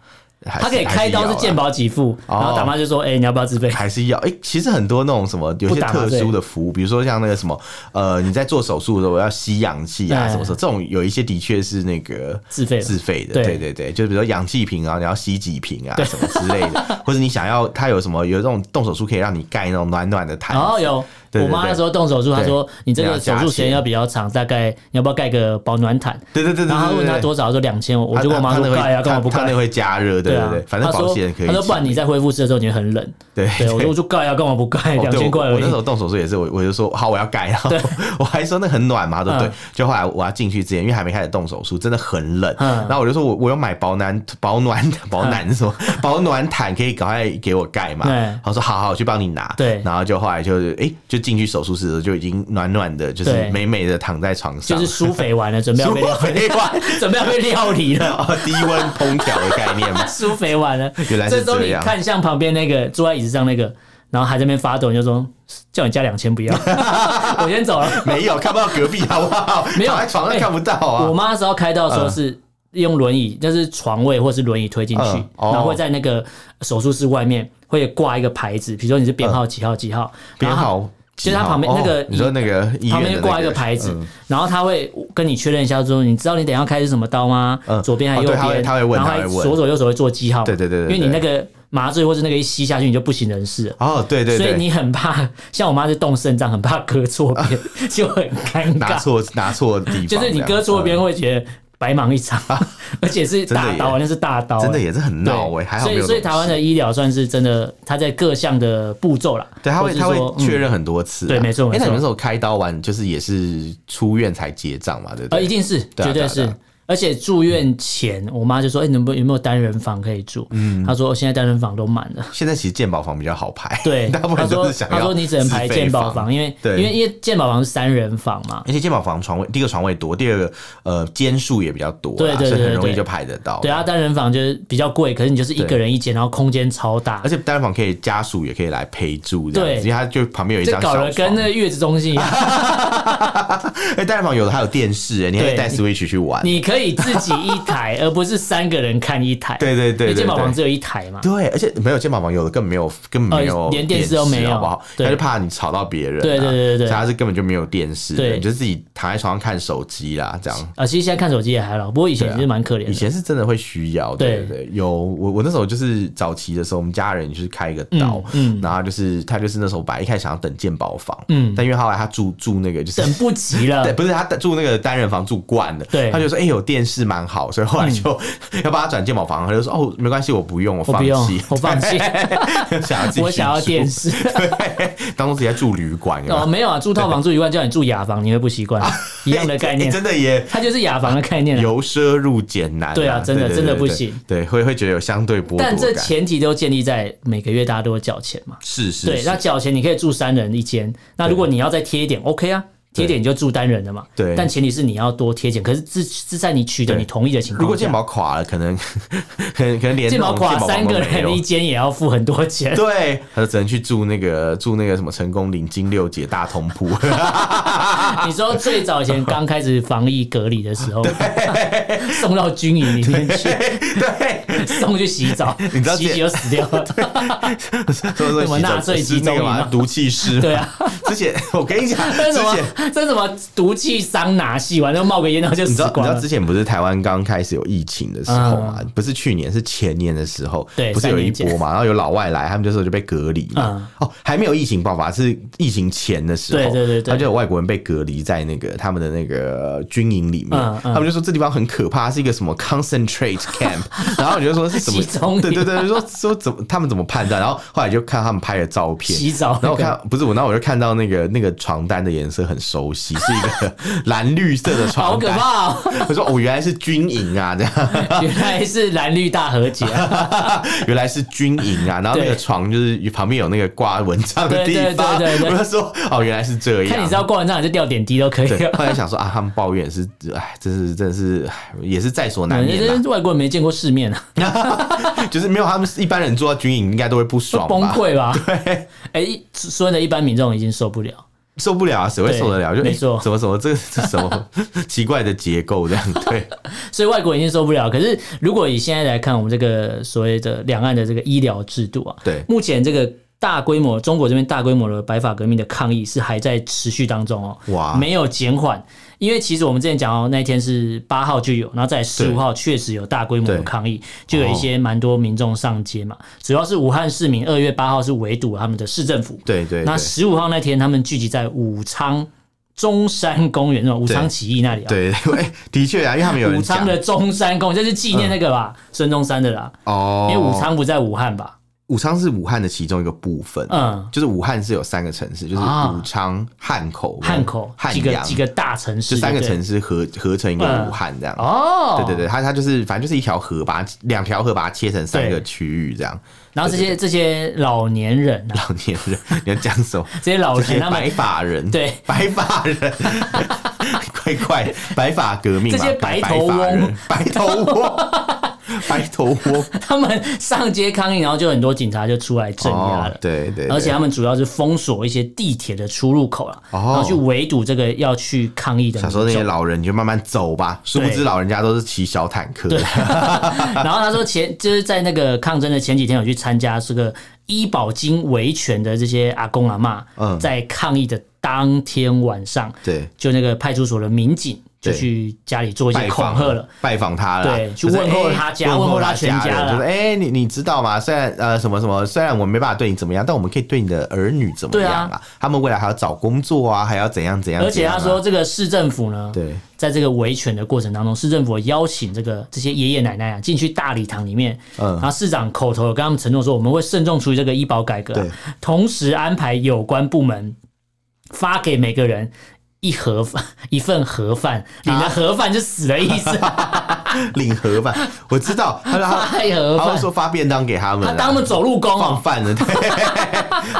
Speaker 1: 还
Speaker 2: 他可以
Speaker 1: 还
Speaker 2: 开刀
Speaker 1: 要
Speaker 2: 是
Speaker 1: 啦
Speaker 2: 健保给付，然后打麻醉说，哎，你要不要自费？
Speaker 1: 啊还是要哎、欸其实很多那种什么有
Speaker 2: 不
Speaker 1: 些
Speaker 2: 打麻
Speaker 1: 特
Speaker 2: 醉
Speaker 1: 殊的服务，比如说像那个什么，呃，你在做手术的时候要吸氧气啊，
Speaker 2: 对
Speaker 1: 什么什么，这种有一些的确是那个
Speaker 2: 哎自费的
Speaker 1: 自费的，
Speaker 2: 对
Speaker 1: 对对对，就比如说氧气瓶啊，你要吸几瓶啊，什么之类
Speaker 2: [LAUGHS]
Speaker 1: 的，或者你想要它有什么有这种动手术可以让你盖那种暖暖的毯
Speaker 2: 然后
Speaker 1: 子，
Speaker 2: 哦有
Speaker 1: 对对
Speaker 2: 我妈
Speaker 1: 对
Speaker 2: 那时候动手术，她
Speaker 1: 对
Speaker 2: 说你这
Speaker 1: 你
Speaker 2: 个
Speaker 1: 要
Speaker 2: 手
Speaker 1: 加
Speaker 2: 术时间
Speaker 1: 钱
Speaker 2: 要比较长，大概你要不要盖个保暖毯？
Speaker 1: 对对对对
Speaker 2: 然后她
Speaker 1: 对
Speaker 2: 问
Speaker 1: 对
Speaker 2: 她
Speaker 1: 对。
Speaker 2: 多少，她说两千，我
Speaker 1: 它
Speaker 2: 就跟我妈
Speaker 1: 它那
Speaker 2: 说
Speaker 1: 会
Speaker 2: 盖啊，干
Speaker 1: 它
Speaker 2: 嘛不
Speaker 1: 它
Speaker 2: 盖
Speaker 1: 那？会加热，对对
Speaker 2: 啊
Speaker 1: 对，，反正
Speaker 2: 她
Speaker 1: 保
Speaker 2: 说
Speaker 1: 险可以。
Speaker 2: 她说不然你在恢复室的时候你会很冷。
Speaker 1: 对
Speaker 2: 对，我说我就盖啊，干嘛不盖？
Speaker 1: 哦
Speaker 2: 两
Speaker 1: 对
Speaker 2: 千
Speaker 1: 我
Speaker 2: 块而
Speaker 1: 我
Speaker 2: 已
Speaker 1: 那时。候动手术也是，我我就说好，我要改，然后 [LAUGHS] 我还说那很暖嘛，他说对
Speaker 2: 嗯。
Speaker 1: 就后来我要进去之前，因为还没开始动手术，真的很冷。
Speaker 2: 嗯
Speaker 1: 然后我就说我我有买保暖保暖保暖什么 [LAUGHS] 保暖毯，可以赶快给我盖嘛。
Speaker 2: 对
Speaker 1: 然后说好好，我去帮你拿。
Speaker 2: 对
Speaker 1: 然后就后来就是哎，就进去手术室的时候就已经暖暖的，就是
Speaker 2: 对
Speaker 1: 美美的躺在床上，
Speaker 2: 就是疏肥完了，准备
Speaker 1: [LAUGHS]
Speaker 2: 要被料
Speaker 1: 舒肥完
Speaker 2: [LAUGHS] 准备要被料理
Speaker 1: [LAUGHS]
Speaker 2: 了。
Speaker 1: [LAUGHS] 哦低温烹调的概念嘛。
Speaker 2: [LAUGHS] 苏肥完了，
Speaker 1: 原来是
Speaker 2: 时候
Speaker 1: 这
Speaker 2: 你
Speaker 1: 样
Speaker 2: 看向旁边那个坐在椅子上那个，然后还在那边发抖，你就说叫你加两千
Speaker 1: [LAUGHS]
Speaker 2: 不要， [LAUGHS] 我先走了。
Speaker 1: 没有看不到隔壁好不 [LAUGHS] 好？
Speaker 2: 没有
Speaker 1: 躺在床上
Speaker 2: 哎
Speaker 1: 看不到啊。
Speaker 2: 我妈那时候开刀的时候是用轮椅，就是床位或是轮椅推进去
Speaker 1: 嗯，哦
Speaker 2: 然后会在那个手术室外面会挂一个牌子，比如说你是编号几号几号，
Speaker 1: 编
Speaker 2: 然后
Speaker 1: 号
Speaker 2: 就
Speaker 1: 几号。
Speaker 2: 是它旁边那个
Speaker 1: 哦你说那个嗯医
Speaker 2: 旁
Speaker 1: 院
Speaker 2: 边
Speaker 1: 的
Speaker 2: 挂一
Speaker 1: 那
Speaker 2: 个牌子，然后他会跟你确认一下，说你知道你等一下开是什么刀吗？
Speaker 1: 嗯
Speaker 2: 左边还
Speaker 1: 哦
Speaker 2: 是右
Speaker 1: 对
Speaker 2: 边？
Speaker 1: 他会他会问
Speaker 2: 然后
Speaker 1: 他会问
Speaker 2: 左手右手会做记号嘛。
Speaker 1: 对对对对对
Speaker 2: 因为你那个麻醉或是那个一吸下去，你就不省人事了。
Speaker 1: 哦，对对
Speaker 2: 所以
Speaker 1: 对，
Speaker 2: 你很怕，像我妈是动肾脏，很怕割错
Speaker 1: [LAUGHS]
Speaker 2: 边，就很尴
Speaker 1: 拿
Speaker 2: 尬。 [LAUGHS]
Speaker 1: 错拿错地方这
Speaker 2: 就
Speaker 1: 样，嗯
Speaker 2: 是你割错边会觉得白忙
Speaker 1: [LAUGHS]
Speaker 2: 一场，而且是大
Speaker 1: 真的
Speaker 2: 刀，那是大刀，
Speaker 1: 嗯，
Speaker 2: 欸
Speaker 1: 真的也是很
Speaker 2: 对
Speaker 1: 闹哎，还好
Speaker 2: 所
Speaker 1: 没
Speaker 2: 以
Speaker 1: 有
Speaker 2: 所以
Speaker 1: 这种
Speaker 2: 台湾
Speaker 1: 事
Speaker 2: 的医疗算是真的，它在各项的步骤啦，
Speaker 1: 对他
Speaker 2: 或
Speaker 1: 会
Speaker 2: 是
Speaker 1: 他
Speaker 2: 说
Speaker 1: 会
Speaker 2: 嗯
Speaker 1: 确认很多次啊，
Speaker 2: 对没错没
Speaker 1: 哎那
Speaker 2: 错
Speaker 1: 你们那时候开刀完就是也是出院才结账嘛，对不
Speaker 2: 呃，一
Speaker 1: 对？
Speaker 2: 定是，
Speaker 1: 对啊
Speaker 2: 绝
Speaker 1: 对啊
Speaker 2: 对是。
Speaker 1: 对啊
Speaker 2: 而且住院前，我妈就说：“哎、能不能有没有单人房可以住？”嗯，她说：“现在单人房都满
Speaker 1: [LAUGHS]
Speaker 2: 了。
Speaker 1: 现在其实健保房比较好排，”
Speaker 2: 对，
Speaker 1: [LAUGHS] 大部
Speaker 2: 她
Speaker 1: 分都
Speaker 2: 说
Speaker 1: 是：“想
Speaker 2: 她
Speaker 1: 要
Speaker 2: 说你只能排
Speaker 1: 自费
Speaker 2: 健保
Speaker 1: 房，
Speaker 2: 房，因为
Speaker 1: 对
Speaker 2: 因为因为健保房是三人房嘛。
Speaker 1: 而且健保房床位第一个床位多，第二个呃间数也比较多啦，啊所
Speaker 2: 对对
Speaker 1: 以
Speaker 2: 对
Speaker 1: 很
Speaker 2: 对
Speaker 1: 容易
Speaker 2: 对
Speaker 1: 就排得到。
Speaker 2: 对啊，，单人房就是比较贵，可是你就是一个
Speaker 1: 对
Speaker 2: 人一间，然后空间超大
Speaker 1: 而，且单人房可以家属也可以来陪住这样
Speaker 2: 对
Speaker 1: 子，因为他就旁边有一
Speaker 2: 这
Speaker 1: 张
Speaker 2: 搞
Speaker 1: 小
Speaker 2: 得跟
Speaker 1: 床
Speaker 2: 那。个月子中心
Speaker 1: [LAUGHS]
Speaker 2: 一样。
Speaker 1: 哎，单人房有的还有电视哎，你还可以
Speaker 2: 对
Speaker 1: 带
Speaker 2: 你
Speaker 1: Switch 去玩。
Speaker 2: 你可以自己一台，而不是三个人看一台。
Speaker 1: 对对对
Speaker 2: 因
Speaker 1: 对
Speaker 2: 为健保房
Speaker 1: 对
Speaker 2: 只有一台嘛。
Speaker 1: 对，而且没有健保房，有的根本没有，根本没有、
Speaker 2: 哦连电视都没有
Speaker 1: 好不好？
Speaker 2: 对
Speaker 1: 他就怕你吵到别人、啊，
Speaker 2: 对对对对
Speaker 1: 所
Speaker 2: 对
Speaker 1: 以他是根本就没有电视的，
Speaker 2: 对
Speaker 1: 你就自己躺在床上看手机啦，这样。
Speaker 2: 啊，其实现在看手机也还好，不过以前
Speaker 1: 对啊
Speaker 2: 也是蛮可怜的。
Speaker 1: 以前是真的会需要，对
Speaker 2: 对
Speaker 1: 对对，有我我那时候就是早期的时候，我们家人就是开一个刀，
Speaker 2: 嗯
Speaker 1: 然后就是他就是那时候本来一开始想要等健保房，
Speaker 2: 嗯
Speaker 1: 但因为后来他住住那个就是
Speaker 2: 等不及
Speaker 1: [LAUGHS]
Speaker 2: 了
Speaker 1: 对，，不是他住那个单人房住惯了，
Speaker 2: 对嗯
Speaker 1: 他就说哎、有电视蛮好，所以后来就、 [LAUGHS] 要帮他转健保房，他就说哦没关系，我不用，我
Speaker 2: 我
Speaker 1: 放
Speaker 2: 不用
Speaker 1: 弃，，
Speaker 2: 我放
Speaker 1: [LAUGHS]
Speaker 2: 弃。
Speaker 1: 想要自己
Speaker 2: 我想要
Speaker 1: 住
Speaker 2: 电视
Speaker 1: [LAUGHS] 对，当中自己在住旅馆有没有
Speaker 2: 哦，没有啊，住套房住一万，叫你住雅房，你会不习惯，一
Speaker 1: [LAUGHS]
Speaker 2: 样的概
Speaker 1: 欸
Speaker 2: 念，
Speaker 1: 真的也
Speaker 2: 它就是雅房的概念啊。
Speaker 1: 由奢入俭难、
Speaker 2: 对啊真的
Speaker 1: 对对
Speaker 2: 真的
Speaker 1: 对
Speaker 2: 不
Speaker 1: 对
Speaker 2: 行
Speaker 1: 对，会会觉得有相对剥夺感。
Speaker 2: 但这前提都建立在每个月大家都有缴钱嘛。
Speaker 1: 是是
Speaker 2: 对，
Speaker 1: 是
Speaker 2: 那缴钱你可以住三人一间，那如果你要再贴一点，OK 啊，贴一点你就住单人的嘛。
Speaker 1: 对
Speaker 2: 但前提是你要多贴钱，可是是是在你取得
Speaker 1: 对
Speaker 2: 你同意的情况下。
Speaker 1: 如果健保垮了，可能 [LAUGHS] 可能可能连
Speaker 2: 健保
Speaker 1: 那种
Speaker 2: 垮
Speaker 1: 健保房
Speaker 2: 三
Speaker 1: 都
Speaker 2: 个
Speaker 1: 没有
Speaker 2: 人一间也要付很多钱，
Speaker 1: 对，他就只能去住那个住那个什么成功领金六姐大通铺，啊
Speaker 2: 你说最早以前刚开始防疫隔离的时候， [LAUGHS] 送到军营里面去，
Speaker 1: 对，
Speaker 2: [LAUGHS] 送去洗澡，
Speaker 1: 你知道
Speaker 2: 洗一洗就死掉了。
Speaker 1: [LAUGHS]
Speaker 2: [LAUGHS]
Speaker 1: 所以说
Speaker 2: 什么
Speaker 1: 洗澡
Speaker 2: 纳粹
Speaker 1: 是
Speaker 2: 集中
Speaker 1: 那个
Speaker 2: 营
Speaker 1: 嘛
Speaker 2: 吗
Speaker 1: 毒气室，
Speaker 2: [LAUGHS] 对啊，
Speaker 1: [LAUGHS] 之前我跟
Speaker 2: [LAUGHS]
Speaker 1: 你讲，[LAUGHS]
Speaker 2: 这是
Speaker 1: 之
Speaker 2: 什
Speaker 1: 前
Speaker 2: 么？这是什么毒气桑拿洗完就冒个烟，然后就
Speaker 1: 你知
Speaker 2: 死
Speaker 1: 道，你
Speaker 2: 光
Speaker 1: 知道
Speaker 2: 了嗯
Speaker 1: 之。前不是台湾刚开始有疫情的时候嘛？不是去年，是前年的时候，
Speaker 2: 对
Speaker 1: 不是有一
Speaker 2: 三年嗯
Speaker 1: 波嘛？然后有老外来，他们这时候就被隔离嘛。哦，还没有疫情爆发，是疫情前的时候，
Speaker 2: 对对对对
Speaker 1: 他就有外国人被隔离在那个他们的那个军营里面，
Speaker 2: 嗯嗯
Speaker 1: 他们就说这地方很可怕，是一个什么 concentrate
Speaker 2: [LAUGHS]
Speaker 1: camp，然后我就说是什么？
Speaker 2: 集中营
Speaker 1: 对对对，就说说怎么他们怎么判断？然后后来就看他们拍的照片，
Speaker 2: 洗澡
Speaker 1: 然后我
Speaker 2: 那个
Speaker 1: 看不是我，然后我就看到那个那个床单的颜色很熟悉，是一
Speaker 2: [LAUGHS]
Speaker 1: 个蓝绿色的
Speaker 2: [LAUGHS]
Speaker 1: 床
Speaker 2: 好可
Speaker 1: 单，
Speaker 2: 怕、哦！
Speaker 1: 我说哦，原来是军营啊，这
Speaker 2: [LAUGHS]
Speaker 1: 样，
Speaker 2: 原来是蓝绿大和解、
Speaker 1: [LAUGHS]
Speaker 2: 啊，
Speaker 1: 原来是军营啊。然后那个
Speaker 2: 对
Speaker 1: 床就是旁边有那个挂蚊帐的地方，
Speaker 2: 对对对对对
Speaker 1: 我就说哦，原来是这样。
Speaker 2: 看你知道逛完站还是掉点滴都可以、
Speaker 1: 对，
Speaker 2: 啊。 [LAUGHS]
Speaker 1: 后来想说啊，他们抱怨是，哎，真是真是，唉也是在所难
Speaker 2: 反
Speaker 1: 免啦
Speaker 2: 正外国人没见过世面啊，
Speaker 1: [LAUGHS] 就是没有他们一般人住到军营，应该都会不爽吧 [LAUGHS]
Speaker 2: 崩。溃吧？对，哎、一说真的一般民众已经受不了，
Speaker 1: 受不了啊，谁会受得了？
Speaker 2: 对
Speaker 1: 就
Speaker 2: 没
Speaker 1: 哎
Speaker 2: 错
Speaker 1: 怎么怎么这这什么 [LAUGHS] 奇怪的结构这样？对，
Speaker 2: 所以外国人已经受不了。可是如果以现在来看，我们这个所谓的两岸的这个医疗制度啊，
Speaker 1: 对
Speaker 2: 目前这个大规模中国这边大规模的白发革命的抗议是还在持续当中哦，
Speaker 1: 哇
Speaker 2: 没有减缓。因为其实我们之前讲哦，那一天是八号就有，然后在十五号确实有大规模的
Speaker 1: 对
Speaker 2: 抗议，就有一些蛮多民众上街嘛。主要是武汉市民二月八号是围堵他们的市政府，
Speaker 1: 对对
Speaker 2: 那十五号那天他们聚集在武昌中山公园，那种武昌
Speaker 1: 对
Speaker 2: 起义那里啊，
Speaker 1: 对对，哎，的确啊，因为他 [LAUGHS] 们有
Speaker 2: 武
Speaker 1: 人
Speaker 2: 昌
Speaker 1: 讲嗯
Speaker 2: 的中山公园，这是纪念那个吧，孙中山的啦，
Speaker 1: 哦
Speaker 2: 因，为武昌不在武汉吧？
Speaker 1: 武昌是武汉的其中一个部分，
Speaker 2: 嗯，
Speaker 1: 就是武汉是有三个城市，就是
Speaker 2: 啊
Speaker 1: 武昌、汉口、
Speaker 2: 汉口
Speaker 1: 汉
Speaker 2: 几个
Speaker 1: 阳
Speaker 2: 几个大城市，
Speaker 1: 这三个
Speaker 2: 对
Speaker 1: 城市合合成一个
Speaker 2: 嗯
Speaker 1: 武汉这样。
Speaker 2: 哦，
Speaker 1: 对对对，它它就是反正就是一条河，把它两条河把它切成三
Speaker 2: 对
Speaker 1: 个区域这样。
Speaker 2: 然后这些这些老年人
Speaker 1: [LAUGHS]
Speaker 2: 啊，
Speaker 1: 老年人，你要讲什
Speaker 2: [LAUGHS]
Speaker 1: 么？
Speaker 2: 这些老
Speaker 1: 就是
Speaker 2: 人他
Speaker 1: 白
Speaker 2: 们。
Speaker 1: 发人，
Speaker 2: 对， [LAUGHS]
Speaker 1: 白发人， [LAUGHS] 快快，白发革命吧，
Speaker 2: 这些白头翁
Speaker 1: 白发人，白头翁， [LAUGHS] 白头
Speaker 2: [LAUGHS]
Speaker 1: 翁，
Speaker 2: 他们上街抗议，然后就很多警察就出来镇压了。
Speaker 1: 哦对对，对
Speaker 2: 而且他们主要是封锁一些地铁的出入口了，
Speaker 1: 哦
Speaker 2: 然后去围堵这个要去抗议的
Speaker 1: 想
Speaker 2: 民
Speaker 1: 说那些
Speaker 2: 众。
Speaker 1: 老人你就慢慢走吧，殊不知
Speaker 2: 对
Speaker 1: 老人家都是骑小坦克， [LAUGHS]
Speaker 2: 然后他说前就是在那个抗争的前几天，有去参加这个呃医保金维权的这些阿公阿妈，
Speaker 1: 嗯
Speaker 2: 在抗议的当天晚上，
Speaker 1: 对，
Speaker 2: 就那个派出所的民警就
Speaker 1: 对
Speaker 2: 去家里 [LAUGHS] 做一些
Speaker 1: 拜
Speaker 2: 恐
Speaker 1: 访
Speaker 2: 吓了。
Speaker 1: 拜访他了，
Speaker 2: 对去
Speaker 1: 就是
Speaker 2: 问候
Speaker 1: 哎
Speaker 2: 他家
Speaker 1: 问
Speaker 2: 问候
Speaker 1: 他
Speaker 2: 他全
Speaker 1: 家
Speaker 2: 家
Speaker 1: 人
Speaker 2: 啦
Speaker 1: 就是哎，你你知道吗？虽然呃什么什么，虽然我没办法对你怎么样，但我们可以对你的儿女怎么
Speaker 2: 对啊
Speaker 1: 样啊？他们未来还要找工作啊，还要怎样怎样？
Speaker 2: 而且他
Speaker 1: 怎样
Speaker 2: 说，
Speaker 1: 啊，
Speaker 2: 这个市政府呢，
Speaker 1: 对
Speaker 2: 在这个维权的过程当中，市政府邀请这个这些爷爷奶奶啊进去大礼堂里面，
Speaker 1: 嗯
Speaker 2: 然后市长口头有跟他们承诺说，我们会慎重处理这个医保改革啊、
Speaker 1: 对
Speaker 2: 同时安排有关部门发给每个人。一盒 [LAUGHS] 饭，一份盒饭，领了盒饭就死的意
Speaker 1: [LAUGHS]
Speaker 2: 思、啊，
Speaker 1: 领盒
Speaker 2: [LAUGHS]
Speaker 1: 饭，我知道，他说他
Speaker 2: 发一盒
Speaker 1: 他会
Speaker 2: 饭，
Speaker 1: 说发便当给他们
Speaker 2: 他
Speaker 1: 啊，
Speaker 2: 当他们走路工
Speaker 1: 放
Speaker 2: 哦，
Speaker 1: 饭了， [LAUGHS] 对，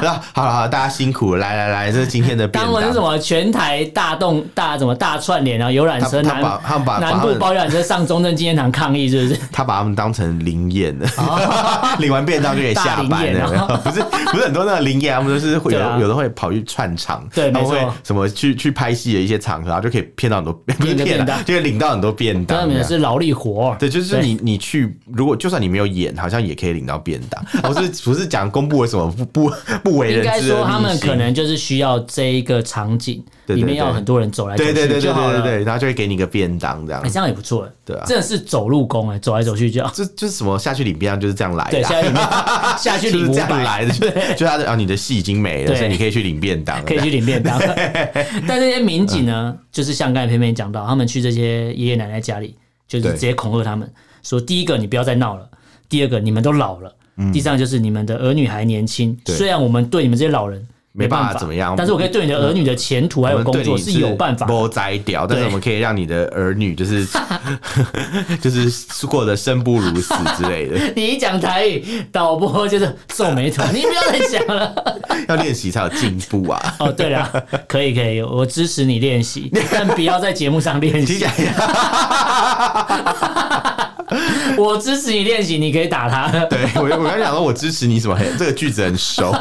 Speaker 1: 然后好了好了，大家辛苦了，来来来，这是今天的便当
Speaker 2: 当完是什。么全台大动大什么大串联，然后游览
Speaker 1: 他
Speaker 2: 车
Speaker 1: 他
Speaker 2: 南
Speaker 1: 把他把把
Speaker 2: 南
Speaker 1: 他
Speaker 2: 部
Speaker 1: 们
Speaker 2: 包游览车上中正纪念堂抗议，是不是？
Speaker 1: 他把他们当成灵验了，
Speaker 2: 哦
Speaker 1: [LAUGHS] 领完便当就可以下班
Speaker 2: 大灵验
Speaker 1: 了。
Speaker 2: 哦
Speaker 1: [LAUGHS] 不是不是很多那个灵验，他们都是会有
Speaker 2: 对啊
Speaker 1: 的有的会跑去串场，
Speaker 2: 对
Speaker 1: 他们
Speaker 2: 没
Speaker 1: 会
Speaker 2: 错
Speaker 1: 什么去去拍戏的一些场合，然后就可以骗
Speaker 2: [LAUGHS]
Speaker 1: 到很多，不是骗
Speaker 2: 个便
Speaker 1: 啊，
Speaker 2: 当
Speaker 1: 就可以领到很多便
Speaker 2: 那
Speaker 1: 当这
Speaker 2: 你们
Speaker 1: 样。
Speaker 2: 是劳力活哦儿，
Speaker 1: 对，就是你你去，如果就算你没有演，好像也可以领到便
Speaker 2: [LAUGHS]
Speaker 1: 当。我是不是讲公布为什么不不不为
Speaker 2: 应
Speaker 1: 人
Speaker 2: 该
Speaker 1: 知的
Speaker 2: 说他们
Speaker 1: 秘辛
Speaker 2: 可能就是需要这一个场景
Speaker 1: 对对
Speaker 2: 里面
Speaker 1: 对
Speaker 2: 要很多人走来走
Speaker 1: 对对对对
Speaker 2: 去就好
Speaker 1: 对对
Speaker 2: 了。
Speaker 1: 对，然后就会给你个便当这样
Speaker 2: 哎，。这样也不错，
Speaker 1: 对啊
Speaker 2: 真的是走路工哎，走来走
Speaker 1: [LAUGHS]
Speaker 2: 去就好。
Speaker 1: 这就是什么下去领便当就是这样来的
Speaker 2: 对，
Speaker 1: 啊，
Speaker 2: 下去里
Speaker 1: [LAUGHS] 就是
Speaker 2: 面下去领五
Speaker 1: 这样
Speaker 2: 百，
Speaker 1: 来的，就是就是他的啊，你的戏已经没了，
Speaker 2: 对
Speaker 1: 所以你可以去领便当了，
Speaker 2: 可以去领便当。 [LAUGHS] 但这些民警呢，就是像刚才偏偏讲到，他们去这些爷爷奶奶家里，就是
Speaker 1: 对
Speaker 2: 直接恐吓他们，说第一个你不要再闹了，第二个你们都老了，第三个就是你们的儿女还年轻，
Speaker 1: 嗯对
Speaker 2: 虽然我们对你们这些老人。
Speaker 1: 没办法
Speaker 2: 办法
Speaker 1: 怎么样
Speaker 2: 但是我可以对你的儿女的前途还
Speaker 1: 我
Speaker 2: 有
Speaker 1: 们
Speaker 2: 工
Speaker 1: 对
Speaker 2: 作
Speaker 1: 你
Speaker 2: 是有办法的。
Speaker 1: 不摘掉，但是
Speaker 2: 对
Speaker 1: 我们可以让你的儿女就是 [LAUGHS] 就是过得生不如死之类的，
Speaker 2: [LAUGHS] 你一讲台语，导播就是皱眉头，你不要再讲了。。
Speaker 1: 要练习才有进步啊
Speaker 2: [LAUGHS] 哦，对了，可以可以，我支持你练习，但不要在节目
Speaker 1: [LAUGHS]
Speaker 2: 上练
Speaker 1: 听起
Speaker 2: 习。
Speaker 1: 来
Speaker 2: 我支持你练习，你可以打他。
Speaker 1: 对我我刚想说，我支持你什么？嘿这个句子很熟，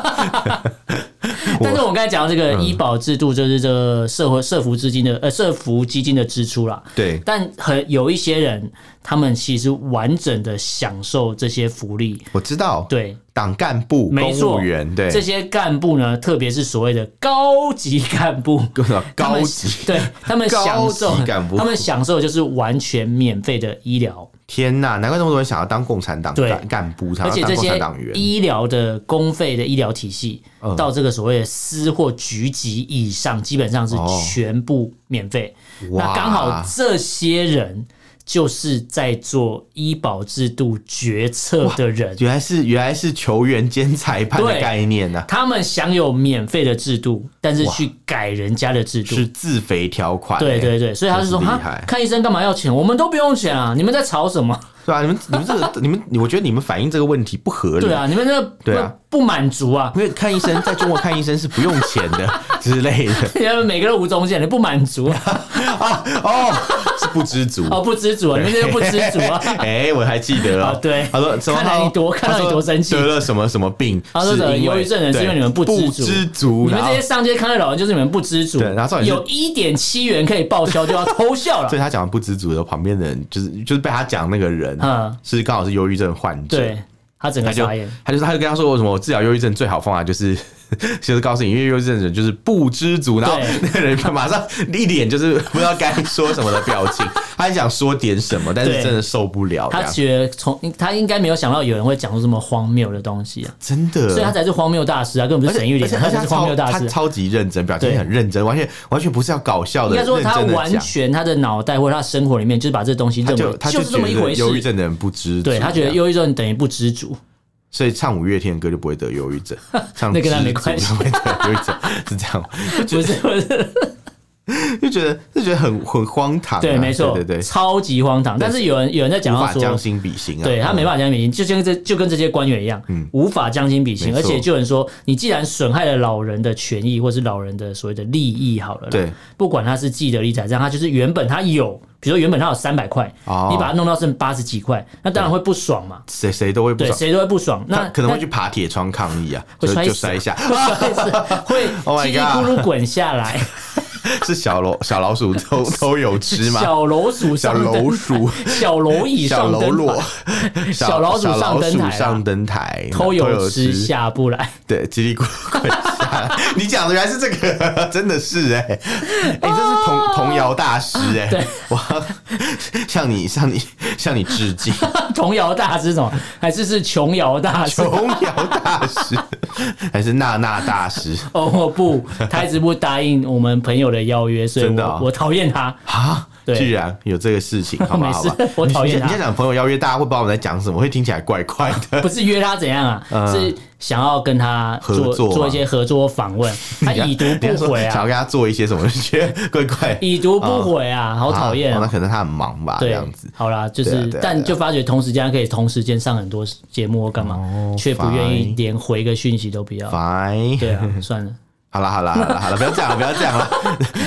Speaker 2: 但是我刚才讲到这
Speaker 1: 嗯
Speaker 2: 个医保制度，就是这个社会社福基金的呃社福基金的支出啦。
Speaker 1: 对
Speaker 2: 但很有一些人，他们其实完整的享受这些福利。
Speaker 1: 我知道，
Speaker 2: 对，
Speaker 1: 党干部、
Speaker 2: 没
Speaker 1: 公务
Speaker 2: 错
Speaker 1: 员，对，
Speaker 2: 这些干部呢，特别是所谓的高级干部，他
Speaker 1: 高
Speaker 2: 们
Speaker 1: 级，
Speaker 2: 对他们享受
Speaker 1: 高级干部
Speaker 2: 他们享受就是完全免费的医疗，
Speaker 1: 天呐，难怪那么多人想要当共产党
Speaker 2: 对
Speaker 1: 干干部，想
Speaker 2: 而
Speaker 1: 要
Speaker 2: 且
Speaker 1: 当
Speaker 2: 这
Speaker 1: 共产
Speaker 2: 些
Speaker 1: 党员。
Speaker 2: 医疗的公费的医疗体系
Speaker 1: 嗯，
Speaker 2: 到这个所谓的私或局级以上，基本上是
Speaker 1: 哦
Speaker 2: 全部免费。
Speaker 1: 哇
Speaker 2: 那刚好这些人就是在做医保制度决策的人，
Speaker 1: 原来是原来是球员兼裁判的
Speaker 2: 对
Speaker 1: 概念啊呐、
Speaker 2: 他们享有免费的制度，但是
Speaker 1: 哇
Speaker 2: 去改人家的制度
Speaker 1: 是。自肥条款、欸
Speaker 2: 对对对，所以他是说，
Speaker 1: 真是厉
Speaker 2: 哈
Speaker 1: 害，
Speaker 2: 看医生干嘛要钱？我们都不用钱啊！你们在吵什么？
Speaker 1: 对吧、啊？你们你们这
Speaker 2: [LAUGHS]
Speaker 1: 个你们，我觉得你们反映这个问题不合理。
Speaker 2: 对啊，你们这
Speaker 1: 对啊
Speaker 2: 不不满足啊！ [LAUGHS]
Speaker 1: 因为看医生，在中国看医生是不用钱的 [LAUGHS] 之类的
Speaker 2: 你们每个都无中线，你不满足啊、
Speaker 1: 啊哦，不知足。
Speaker 2: 哦，不知足啊，你们这就不知足啊！
Speaker 1: [LAUGHS] 哎、我还记得哦
Speaker 2: 啊，对
Speaker 1: 他说什么？
Speaker 2: 看来你多
Speaker 1: 他说
Speaker 2: 看到你多生气
Speaker 1: 得了什么什么病？
Speaker 2: 他说
Speaker 1: 是
Speaker 2: 得了
Speaker 1: 因为
Speaker 2: 忧郁症人是因为
Speaker 1: 对
Speaker 2: 你们不
Speaker 1: 不
Speaker 2: 知足
Speaker 1: 知足
Speaker 2: 你们
Speaker 1: 然后
Speaker 2: 这些上街看的老人就是你们不知足，啊
Speaker 1: 对然后重点是
Speaker 2: 有一点七元可以报销就要偷笑了
Speaker 1: 所。以他讲完不知足的时候，旁边的人就是就是被他讲那个人，
Speaker 2: 嗯
Speaker 1: 是刚好是忧郁症患者。
Speaker 2: 对他整
Speaker 1: 他
Speaker 2: 个
Speaker 1: 就
Speaker 2: 傻眼，
Speaker 1: 他就是他就跟他说，我什么我治疗忧郁症最好方法就是。 [LAUGHS] 就是告诉你，因为忧郁症的人就是不知足，然后 [LAUGHS] 那个人马上一脸就是不知道该说什么的表
Speaker 2: [LAUGHS]
Speaker 1: 情，他很想说点什么，但是
Speaker 2: 对
Speaker 1: 真的受不了，这
Speaker 2: 他
Speaker 1: 样
Speaker 2: 觉得从他应该没有想到有人会讲出这么荒谬的东西啊，
Speaker 1: 真的，
Speaker 2: 所以他才是荒谬大师啊，根本不
Speaker 1: 而
Speaker 2: 是
Speaker 1: 且
Speaker 2: 沈玉
Speaker 1: 而
Speaker 2: 莲，
Speaker 1: 且而且
Speaker 2: 才
Speaker 1: 他
Speaker 2: 是荒
Speaker 1: 超
Speaker 2: 谬大
Speaker 1: 他
Speaker 2: 师。啊
Speaker 1: 超级认真，表情
Speaker 2: 对
Speaker 1: 很认真，完全完全不是要搞笑
Speaker 2: 应
Speaker 1: 的，
Speaker 2: 该说他
Speaker 1: 认真地
Speaker 2: 完
Speaker 1: 讲
Speaker 2: 全他的脑袋或者他生活里面就是把这东西
Speaker 1: 他
Speaker 2: 认
Speaker 1: 就
Speaker 2: 为
Speaker 1: 他
Speaker 2: 就是这么一
Speaker 1: 觉得
Speaker 2: 回事
Speaker 1: 忧。郁症的人不知足，
Speaker 2: 对他觉得
Speaker 1: 这样，
Speaker 2: 忧郁症等于不知足，
Speaker 1: 所以唱五月天的歌就不会得忧郁
Speaker 2: [LAUGHS]
Speaker 1: 症，唱
Speaker 2: 那跟他
Speaker 1: 知
Speaker 2: 没
Speaker 1: 足
Speaker 2: 关系
Speaker 1: 就会得忧郁症，是这样吗，
Speaker 2: 不是不是，
Speaker 1: 就觉得就觉得很很荒唐啊，
Speaker 2: 对，没错，
Speaker 1: 对对对，
Speaker 2: 超级荒唐。但是有人有人在讲
Speaker 1: 无
Speaker 2: 到
Speaker 1: 法
Speaker 2: 说，
Speaker 1: 将心比心啊，
Speaker 2: 对他没办法将心比心，就跟这就跟这些官员一样，无法将心比心。
Speaker 1: 嗯没
Speaker 2: 而
Speaker 1: 错
Speaker 2: 且就有人说，你既然损害了老人的权益，或是老人的所谓的利益，好了啦，
Speaker 1: 对
Speaker 2: 不管他是既得利益者，让他就是原本他有，比如说原本他有三百块，
Speaker 1: 哦
Speaker 2: 你把它弄到剩八十几块，那当然会不爽嘛，
Speaker 1: 嗯谁谁都会不
Speaker 2: 对，
Speaker 1: 爽，
Speaker 2: 谁都会不爽。
Speaker 1: 他
Speaker 2: 那
Speaker 1: 可能会
Speaker 2: 那
Speaker 1: 去爬铁窗抗议啊，
Speaker 2: 会
Speaker 1: 就
Speaker 2: 摔
Speaker 1: 就
Speaker 2: 死
Speaker 1: 摔一下， [LAUGHS]
Speaker 2: [LAUGHS] 会
Speaker 1: Oh my
Speaker 2: 叽里咕噜滚下来，
Speaker 1: 是小老小老鼠都
Speaker 2: [LAUGHS]
Speaker 1: 都有吃吗？
Speaker 2: 小老鼠
Speaker 1: 小
Speaker 2: 上
Speaker 1: 老
Speaker 2: 灯， [LAUGHS]
Speaker 1: 鼠。
Speaker 2: 小蝼蚁
Speaker 1: 小
Speaker 2: 上
Speaker 1: 喽
Speaker 2: 灯
Speaker 1: 啰
Speaker 2: 塔，，小老
Speaker 1: [LAUGHS]
Speaker 2: 鼠
Speaker 1: 小老
Speaker 2: 上灯
Speaker 1: 鼠
Speaker 2: 台啦啊
Speaker 1: 上灯台，
Speaker 2: 偷油
Speaker 1: 有吃，
Speaker 2: 吃下不来。
Speaker 1: 对，叽里咕噜滚下来。
Speaker 2: [LAUGHS]
Speaker 1: 你讲的原来是这个， [LAUGHS] 真的是哎、欸，哎、这是童童谣大师哎、
Speaker 2: 啊对
Speaker 1: 我要向你向你向你致敬，
Speaker 2: [LAUGHS] 童谣大师是什么？还是是琼瑶大师？
Speaker 1: 童谣大师还是娜娜大师
Speaker 2: [LAUGHS] 哦不，他一直不答应我们朋友的邀约，所以
Speaker 1: 真
Speaker 2: 我、
Speaker 1: 的啊
Speaker 2: 我讨
Speaker 1: [LAUGHS]
Speaker 2: 厌他。
Speaker 1: 啊？
Speaker 2: 对
Speaker 1: 居然有这个事
Speaker 2: [LAUGHS]
Speaker 1: 情，好吧，
Speaker 2: 没
Speaker 1: 好
Speaker 2: 事
Speaker 1: 吧，
Speaker 2: 我讨厌
Speaker 1: 你
Speaker 2: 他
Speaker 1: 你先讲朋友邀约，大家会不知道我们在讲什么，会听起来怪怪的。
Speaker 2: 不是约他怎样啊？是想要跟他
Speaker 1: 嗯合
Speaker 2: 做
Speaker 1: 作吗
Speaker 2: 做一些合作访问，他 [LAUGHS] 已读
Speaker 1: [LAUGHS] 你要
Speaker 2: 不
Speaker 1: 说
Speaker 2: 回
Speaker 1: 想要
Speaker 2: 啊，
Speaker 1: 跟他做一些什么，就觉得怪
Speaker 2: [LAUGHS]
Speaker 1: 怪。
Speaker 2: 已读不回啊，好讨厌
Speaker 1: 啊哦那
Speaker 2: 啊！
Speaker 1: 可能他很忙吧，这
Speaker 2: 对
Speaker 1: 样子，。
Speaker 2: 好啦，就
Speaker 1: 对啊对啊
Speaker 2: 是
Speaker 1: 对啊，
Speaker 2: 但就发觉同时间可以同时间上很多节目或干嘛，
Speaker 1: 哦
Speaker 2: 却不愿意
Speaker 1: fine
Speaker 2: 连回个讯息都不要。
Speaker 1: Fine，
Speaker 2: 对啊，算了，
Speaker 1: 好了好了好了好了，不要这样了，不要这样
Speaker 2: [LAUGHS]
Speaker 1: 了，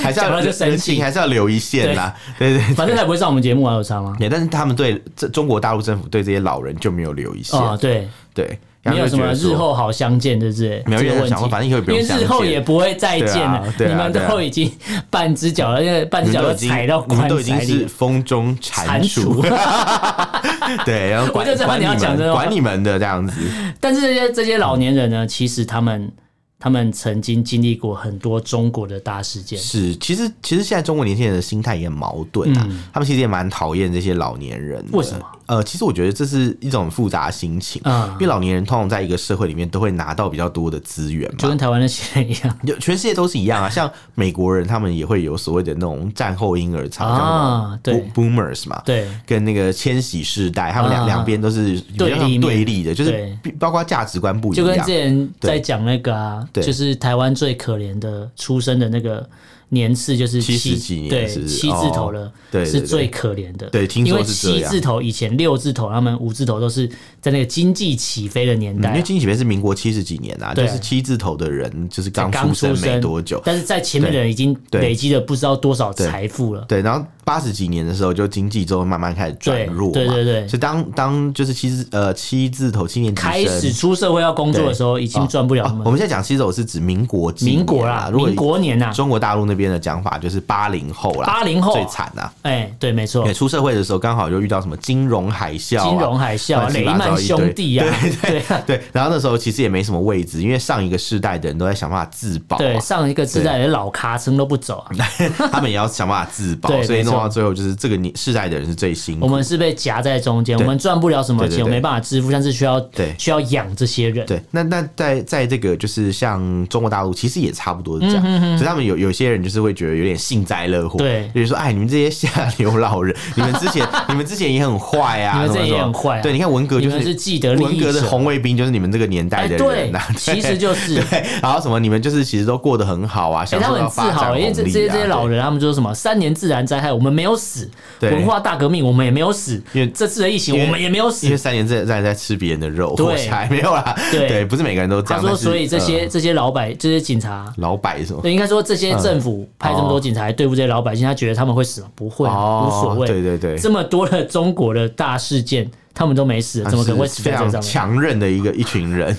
Speaker 1: 还是
Speaker 2: 讲
Speaker 1: 要
Speaker 2: 了就生气
Speaker 1: 人情还是要留一线啦。对对
Speaker 2: [LAUGHS] 反正他也不会上我们节目啊，
Speaker 1: [LAUGHS]
Speaker 2: 有差吗？
Speaker 1: 对，但是他们对这中国大陆政府对这些老人就没有留一线，
Speaker 2: 哦，对，
Speaker 1: 对，
Speaker 2: 没有什么日
Speaker 1: 后
Speaker 2: 后好相见，对不对？
Speaker 1: 没有
Speaker 2: 这个
Speaker 1: 因为
Speaker 2: 问
Speaker 1: 想
Speaker 2: 题，
Speaker 1: 说反正以后也不
Speaker 2: 因
Speaker 1: 用
Speaker 2: 为
Speaker 1: 相见
Speaker 2: 日后也不会再见了，
Speaker 1: 对啊对啊
Speaker 2: 你们都已经半只脚了，因为半
Speaker 1: 你
Speaker 2: 只
Speaker 1: 们都
Speaker 2: 脚都
Speaker 1: 已经
Speaker 2: 踩到
Speaker 1: 你们
Speaker 2: 棺
Speaker 1: 都已经
Speaker 2: 材
Speaker 1: 是
Speaker 2: 里。
Speaker 1: 风中蟾
Speaker 2: 蟾
Speaker 1: 蜍
Speaker 2: 蜍，
Speaker 1: [LAUGHS] 对，然后管
Speaker 2: 我就知道
Speaker 1: 管
Speaker 2: 你要
Speaker 1: 们
Speaker 2: 讲这个
Speaker 1: 管你们的这样子，
Speaker 2: 但是这些这些老年人呢，其实他们他们曾经经历过很多中国的大事件，
Speaker 1: 是，其实其实现在中国年轻人的心态也很矛盾啊，他们其实也蛮讨厌这些老年人的。
Speaker 2: 嗯为什么？
Speaker 1: 呃，其实我觉得这是一种复杂心情，
Speaker 2: 嗯
Speaker 1: 因为老年人通常在一个社会里面都会拿到比较多的资源
Speaker 2: 就
Speaker 1: 嘛
Speaker 2: 跟。台湾那些人一样
Speaker 1: 就全世界都是一样啊，像美国人他们也会有所谓的那种战后婴儿潮，
Speaker 2: 啊
Speaker 1: 叫什
Speaker 2: 对
Speaker 1: 么 bo- boomers 嘛，
Speaker 2: 对
Speaker 1: 跟那个千禧世代，他们两
Speaker 2: 啊
Speaker 1: 两边都是比较
Speaker 2: 对立
Speaker 1: 像
Speaker 2: 面
Speaker 1: 对立的，就是
Speaker 2: 对
Speaker 1: 包括价值观不一
Speaker 2: 就
Speaker 1: 样，
Speaker 2: 跟之前
Speaker 1: 对
Speaker 2: 在讲那个啊，
Speaker 1: 对
Speaker 2: 就是台湾最可怜的出生的那个年次，就是
Speaker 1: 七
Speaker 2: 七
Speaker 1: 十几年
Speaker 2: 对
Speaker 1: 是不是
Speaker 2: 七字头了，
Speaker 1: 哦对对
Speaker 2: 是
Speaker 1: 对
Speaker 2: 最可怜的。
Speaker 1: 对听说
Speaker 2: 因为
Speaker 1: 是这
Speaker 2: 七
Speaker 1: 样
Speaker 2: 字头以前六字头，他们五字头都是在那个经济起飞的年
Speaker 1: 嗯
Speaker 2: 代
Speaker 1: 因
Speaker 2: 啊、
Speaker 1: 为经济学是民国七十几年啊，就
Speaker 2: 对
Speaker 1: 是七字头的人，就是
Speaker 2: 才
Speaker 1: 刚
Speaker 2: 刚
Speaker 1: 生
Speaker 2: 生
Speaker 1: 没多久，
Speaker 2: 但是在前面的人已经
Speaker 1: 对
Speaker 2: 累积了不知道多少财富了。
Speaker 1: 对，然后八十几年的时候，就经济就慢慢开始转弱嘛。
Speaker 2: 对对对
Speaker 1: 所以当当就是七字呃七字头青年级
Speaker 2: 开
Speaker 1: 生
Speaker 2: 始出社会要工作的时候，已经赚不了那
Speaker 1: 哦我
Speaker 2: 么。
Speaker 1: 们现在讲七字头是指民国几
Speaker 2: 民国
Speaker 1: 年啊
Speaker 2: 啦，
Speaker 1: 如果
Speaker 2: 民国年呐、啊，
Speaker 1: 中国大陆那边的讲法就是八零后啦，
Speaker 2: 80后
Speaker 1: 最惨啊。
Speaker 2: 哎、对，没错
Speaker 1: 对，，出社会的时候刚好就遇到什么金融海啸、啊、
Speaker 2: 金融海啸、啊、
Speaker 1: 乱七
Speaker 2: 雷
Speaker 1: 八糟
Speaker 2: 曼
Speaker 1: 一堆
Speaker 2: 兄弟啊，对啊
Speaker 1: 对，然后那时候其实也没什么位置，因为上一个世代的人都在想办法自保、
Speaker 2: 对，
Speaker 1: 啊，
Speaker 2: 上一个世代的老卡称都不走
Speaker 1: [LAUGHS]
Speaker 2: 啊，
Speaker 1: 他们也要想办法自保，
Speaker 2: [LAUGHS] 对
Speaker 1: 所以
Speaker 2: 没错
Speaker 1: 弄到最后就是这个年世代的人是最辛苦
Speaker 2: [LAUGHS] 我
Speaker 1: 的。
Speaker 2: 们是被夹在中间，我们赚不了什么
Speaker 1: 对对
Speaker 2: 钱，我
Speaker 1: 对
Speaker 2: 没办法支付，但是需要
Speaker 1: 对
Speaker 2: 需要养这些人。
Speaker 1: 对，那那在在这个就是像中国大陆，其实也差不多是这样，所以他们有有些人就是会觉得有点幸灾乐祸，
Speaker 2: 嗯对
Speaker 1: 就是说哎，你们这些下流老人，你们之前你们之前也很坏啊，
Speaker 2: [LAUGHS] 你们
Speaker 1: 什么
Speaker 2: 这
Speaker 1: 什么
Speaker 2: 也很坏啊
Speaker 1: 对，你看文革
Speaker 2: 你
Speaker 1: 就
Speaker 2: 们是既得利
Speaker 1: 文
Speaker 2: 益
Speaker 1: 革的
Speaker 2: 者，
Speaker 1: 红卫兵就是你们这个年代
Speaker 2: 哎，
Speaker 1: 的
Speaker 2: 对
Speaker 1: [LAUGHS] 人啊，，
Speaker 2: 其
Speaker 1: [LAUGHS]
Speaker 2: 实就是。
Speaker 1: 对，然后什么你们就是其实都过得很好啊，
Speaker 2: 哎、
Speaker 1: 享
Speaker 2: 他
Speaker 1: 受
Speaker 2: 们
Speaker 1: 到
Speaker 2: 很自
Speaker 1: 发展
Speaker 2: 豪，
Speaker 1: 红
Speaker 2: 因
Speaker 1: 利啊，
Speaker 2: 为这这些这些老
Speaker 1: 对
Speaker 2: 人，他们就说什么三年自然灾害，我们没有死；
Speaker 1: 对
Speaker 2: 文化大革命，我们也没有死
Speaker 1: 因为；
Speaker 2: 这次的疫情，
Speaker 1: 因为
Speaker 2: 我们也没有
Speaker 1: 因为
Speaker 2: 死。
Speaker 1: 三年在在在吃别人的肉，
Speaker 2: 对
Speaker 1: 我才没有啦，
Speaker 2: 对
Speaker 1: 对，不是每个人都这
Speaker 2: 他
Speaker 1: 样。
Speaker 2: 说，
Speaker 1: 但是
Speaker 2: 所以这、些、
Speaker 1: 呃
Speaker 2: 这些老百、这些警察，
Speaker 1: 老百是吗？嗯
Speaker 2: 对，应该说这些政府、府派这么
Speaker 1: 哦
Speaker 2: 多警察来对付这些老百姓，他觉得他们会死吗？不会啊，无所谓。
Speaker 1: 对对对，
Speaker 2: 这么多的中国的大事件，他们都没死，怎么可能会死
Speaker 1: 啊非
Speaker 2: 在这
Speaker 1: 常
Speaker 2: 上面？哎
Speaker 1: 强韧的一个一群人，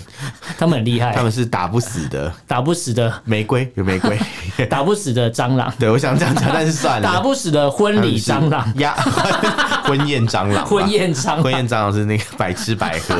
Speaker 2: 他们很厉害
Speaker 1: 他，们是打不死的。
Speaker 2: 打不死的，
Speaker 1: 玫瑰有玫瑰，
Speaker 2: 打不死的蟑螂，
Speaker 1: 对我想这样讲，但是算了。
Speaker 2: [LAUGHS] 打不死的婚礼蟑
Speaker 1: [LAUGHS]
Speaker 2: 螂、
Speaker 1: 呀，婚宴蟑螂吧，
Speaker 2: [LAUGHS] 婚宴蟑
Speaker 1: 婚
Speaker 2: 螂。
Speaker 1: 宴蟑螂是那个白吃白喝，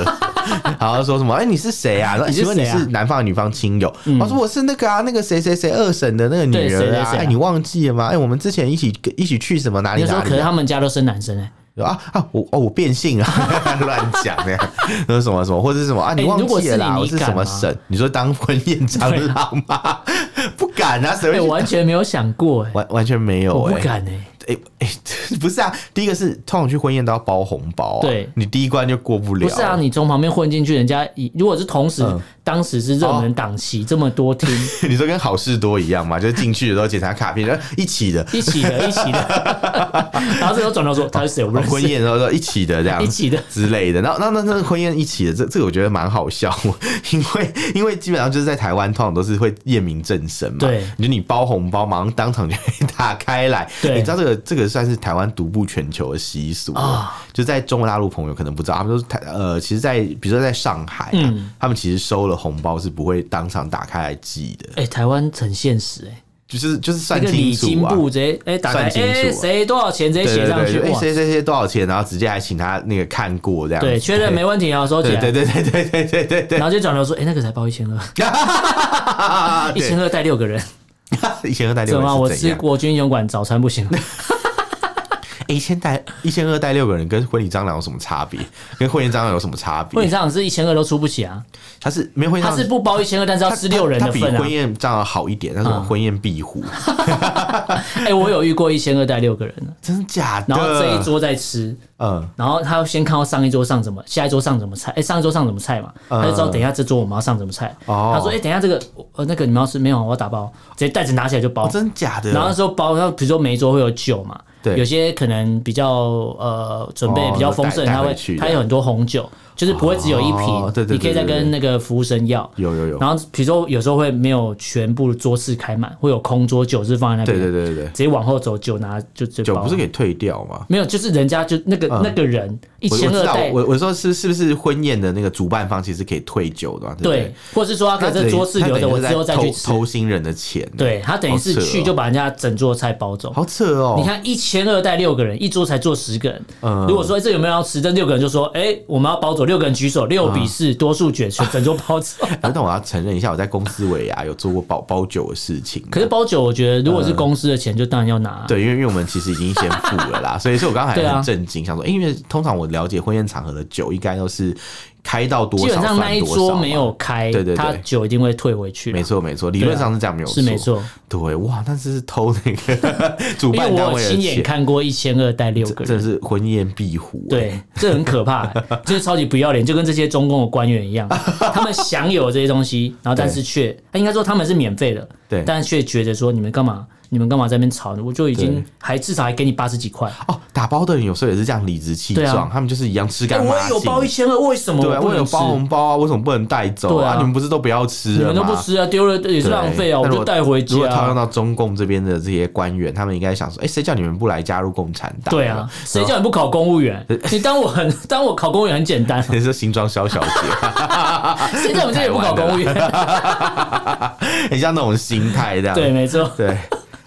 Speaker 1: 然后说什么？哎、你是谁啊？
Speaker 2: 你是
Speaker 1: 请问你
Speaker 2: 谁啊嗯
Speaker 1: 是男方还是女方亲友？我说我是那个啊，那个谁谁谁二婶的那个女
Speaker 2: 对谁
Speaker 1: 儿
Speaker 2: 谁
Speaker 1: 啊。
Speaker 2: 谁啊
Speaker 1: 哎、你忘记了吗？哎、我们之前一起一起去什么哪里
Speaker 2: 你说，
Speaker 1: 哪
Speaker 2: 可
Speaker 1: 里
Speaker 2: 是
Speaker 1: 啊、
Speaker 2: 他们家都生男生哎、
Speaker 1: 啊啊，我哦，我变性啊， [LAUGHS] 乱讲那样， [LAUGHS] 那是什么什么，或者是什么啊？你
Speaker 2: 哎
Speaker 1: 忘
Speaker 2: 如果
Speaker 1: 记了啦，
Speaker 2: 是你
Speaker 1: 我
Speaker 2: 你
Speaker 1: 是什
Speaker 2: 敢
Speaker 1: 么
Speaker 2: 吗
Speaker 1: 省？你说当婚宴蟑螂吗？不敢啊，谁
Speaker 2: 欸，
Speaker 1: 会
Speaker 2: 我
Speaker 1: 去？
Speaker 2: 完全没有想
Speaker 1: [LAUGHS]
Speaker 2: 过哎、
Speaker 1: 完完全没有、
Speaker 2: 我
Speaker 1: 哎。
Speaker 2: 不敢哎、
Speaker 1: 哎、哎、 [LAUGHS] 不是啊，第一个是通常去婚宴都要包红包、啊，
Speaker 2: 对
Speaker 1: 你第一关就过不了。
Speaker 2: 不是啊，你从旁边混进去，人家以如果是同时、
Speaker 1: 嗯
Speaker 2: 当时是热门档期、这么多厅
Speaker 1: [LAUGHS] 你说跟好事多一样嘛，就是进去的时候检查卡片，然后一起的
Speaker 2: 一起的，一起的，
Speaker 1: [LAUGHS]
Speaker 2: 然后这时候转头说他是谁，我不认识，
Speaker 1: 哦婚宴，然后说一起的这样
Speaker 2: [LAUGHS] 一起的。
Speaker 1: 之类的。然后，那那那婚宴一起的，这这个我觉得蛮好笑， [LAUGHS] 因为因为基本上就是在台湾，通常都是会夜明正身嘛。
Speaker 2: 对
Speaker 1: 你就你包红包，马上当场就被打开来。
Speaker 2: 对
Speaker 1: 你知道这个这个算是台湾独步全球的习俗
Speaker 2: 啊
Speaker 1: 就在中国大陆朋友可能不知道，他们都是台呃，其实在，比如说在上海、啊，
Speaker 2: 嗯
Speaker 1: 他们其实收了红包是不会当场打开来寄的，
Speaker 2: 哎、台湾很现实哎、
Speaker 1: 就是就是
Speaker 2: 一
Speaker 1: 算
Speaker 2: 个礼
Speaker 1: 清
Speaker 2: 金
Speaker 1: 楚啊。
Speaker 2: 部直接哎、打开
Speaker 1: 算清楚啊
Speaker 2: 哎谁、多少钱直接
Speaker 1: 对
Speaker 2: 写
Speaker 1: 对
Speaker 2: 上去
Speaker 1: 对，哎
Speaker 2: 哇，
Speaker 1: 谁谁谁多少钱，然后直接还请他那个看过这样子，
Speaker 2: 对，确认没问题啊，收起
Speaker 1: 对
Speaker 2: 来，
Speaker 1: 对对对对对对对对
Speaker 2: 然后就转头说哎、那个才包一千二，
Speaker 1: [LAUGHS] 啊！
Speaker 2: [LAUGHS] 一千二带六个人，
Speaker 1: [LAUGHS] 一千二带
Speaker 2: 怎
Speaker 1: 六
Speaker 2: 么啊
Speaker 1: 个
Speaker 2: 我
Speaker 1: 人是怎
Speaker 2: 吃
Speaker 1: 样？
Speaker 2: 国军勇馆早餐
Speaker 1: [LAUGHS]
Speaker 2: 不行吗？
Speaker 1: 哎一千带一千二带六个人跟婚礼蟑螂有什么差
Speaker 2: [LAUGHS]
Speaker 1: 别？跟婚宴蟑螂有什么差
Speaker 2: 婚礼
Speaker 1: 别？
Speaker 2: 上是一千二都出不起啊，
Speaker 1: 它是没有婚宴
Speaker 2: 他
Speaker 1: 蟑
Speaker 2: 是
Speaker 1: 螂。
Speaker 2: 不包一千二，但是要
Speaker 1: 它
Speaker 2: 吃六人
Speaker 1: 它
Speaker 2: 的
Speaker 1: 它比
Speaker 2: 份啊
Speaker 1: 婚。宴蟑螂好一点，但是我
Speaker 2: 嗯
Speaker 1: 婚宴壁
Speaker 2: [LAUGHS]
Speaker 1: 虎，
Speaker 2: 哎、我有遇过一千二带六个人的，
Speaker 1: 真的假的？
Speaker 2: 然后这一，桌哦在吃，
Speaker 1: 嗯，
Speaker 2: 然后他要先看到上一桌上什么，下一桌上什么菜，哎、上一桌上什么菜嘛，他就知道等一下这桌我们要上什么菜。
Speaker 1: 嗯哦
Speaker 2: 他说，哎、等一下这个呃那个你们要吃没有？我要打包，直接袋子拿起来就包。
Speaker 1: 哦真的假的？
Speaker 2: 然后那时候包，然后比如说每一桌会有酒嘛，
Speaker 1: 对
Speaker 2: 有些可能比较呃准备
Speaker 1: 哦
Speaker 2: 比较丰盛，
Speaker 1: 带带
Speaker 2: 他
Speaker 1: 回
Speaker 2: 会
Speaker 1: 去的
Speaker 2: 他有很多红酒，就是不会只有一瓶，
Speaker 1: 哦对对对
Speaker 2: 你可以再
Speaker 1: 对对
Speaker 2: 跟那个服务生要。
Speaker 1: 有有有，
Speaker 2: 然后比如说有时候会没有全部桌次开满，会有空桌酒是放在那边，
Speaker 1: 对对对对对，
Speaker 2: 直接往后走酒拿就直接
Speaker 1: 酒
Speaker 2: 包
Speaker 1: 不是可以退掉吗？
Speaker 2: 没有，就是人家就那个、那个人一
Speaker 1: 我我
Speaker 2: 千
Speaker 1: 知
Speaker 2: 二
Speaker 1: 道，
Speaker 2: 带
Speaker 1: 我我说是是不是婚宴的那个主办方其实可以退酒的嘛，对不
Speaker 2: 对
Speaker 1: 对？，
Speaker 2: 或是说他可
Speaker 1: 那
Speaker 2: 能这桌次留着，我
Speaker 1: 等于
Speaker 2: 之后
Speaker 1: 是在
Speaker 2: 再去
Speaker 1: 偷
Speaker 2: 吃。
Speaker 1: 偷新人的钱，，
Speaker 2: 对他等于是
Speaker 1: 好扯哦
Speaker 2: 去就把人家整桌菜包走。
Speaker 1: 好扯哦。
Speaker 2: 你看一千二带六个人，一桌才坐十个人。
Speaker 1: 嗯
Speaker 2: 如果说、哎这有没有要吃，这六个人就说：“哎、我们要包走。”六个人举手，六比四、多数决，全整桌包走。
Speaker 1: 等等，我要承认一下，我在公司尾牙有做过包包酒的事情。
Speaker 2: [LAUGHS] 可是包酒，我觉得如果是公司的钱，就当然要拿。
Speaker 1: 嗯对，因为因为我们其实已经先付了
Speaker 2: [LAUGHS]
Speaker 1: 啦，所以所以我刚才
Speaker 2: 对啊
Speaker 1: 很震惊，想说，诶因为通常我了解婚宴场合的酒应该都是开到多少
Speaker 2: 基本上那
Speaker 1: 算
Speaker 2: 一
Speaker 1: 多
Speaker 2: 桌
Speaker 1: 少嘛
Speaker 2: 没有，开，
Speaker 1: 对对对
Speaker 2: 他酒一定会退回去。
Speaker 1: 没，错没错，理论上是这样没有
Speaker 2: 是没，错。
Speaker 1: 对，哇，那这是偷那
Speaker 2: [LAUGHS]
Speaker 1: 个主
Speaker 2: 因为
Speaker 1: 办单
Speaker 2: 我
Speaker 1: 位的
Speaker 2: 亲眼
Speaker 1: 钱，
Speaker 2: 看过一千二带六个人，
Speaker 1: 这是婚宴壁虎、欸，
Speaker 2: 对，这很
Speaker 1: [LAUGHS]
Speaker 2: 可怕、就是超级不要脸，就跟这些中共的官员一样，他们享有这些东西，然后但是却，应该说他们是免费的，
Speaker 1: 对
Speaker 2: 但却觉得说你们干嘛，你们干嘛在那边吵？我就已经
Speaker 1: 对
Speaker 2: 还至少还给你八十几块，
Speaker 1: 哦，打包的人有时候也是这样理直气
Speaker 2: 对啊
Speaker 1: 壮，他们就是一样吃
Speaker 2: 哎
Speaker 1: 干
Speaker 2: 我
Speaker 1: 抹
Speaker 2: 也有
Speaker 1: 净
Speaker 2: 包一千二，为什么
Speaker 1: 对啊，
Speaker 2: 我不
Speaker 1: 我有
Speaker 2: 能吃？
Speaker 1: 包红包啊，为什么不能带走
Speaker 2: 对啊
Speaker 1: 你们不是都不要吃
Speaker 2: 你
Speaker 1: 了吗？
Speaker 2: 们都不吃啊，丢了也是
Speaker 1: 对
Speaker 2: 浪费啊，我
Speaker 1: 那如
Speaker 2: 就
Speaker 1: 果
Speaker 2: 带回
Speaker 1: 如
Speaker 2: 家
Speaker 1: 果套用
Speaker 2: 啊。
Speaker 1: 到中共这边的这些官员，他们应该想说：哎、谁叫你们不来加入共产党？
Speaker 2: 对
Speaker 1: [LAUGHS]
Speaker 2: 啊，谁叫你不考公务员？你当我很当我考公务员很简
Speaker 1: [LAUGHS]
Speaker 2: 单啊，
Speaker 1: 你是新装小小
Speaker 2: [LAUGHS]
Speaker 1: 姐，
Speaker 2: 谁叫你这也不考公务员？
Speaker 1: 很像那种心态这样。
Speaker 2: 对，没错。
Speaker 1: 对，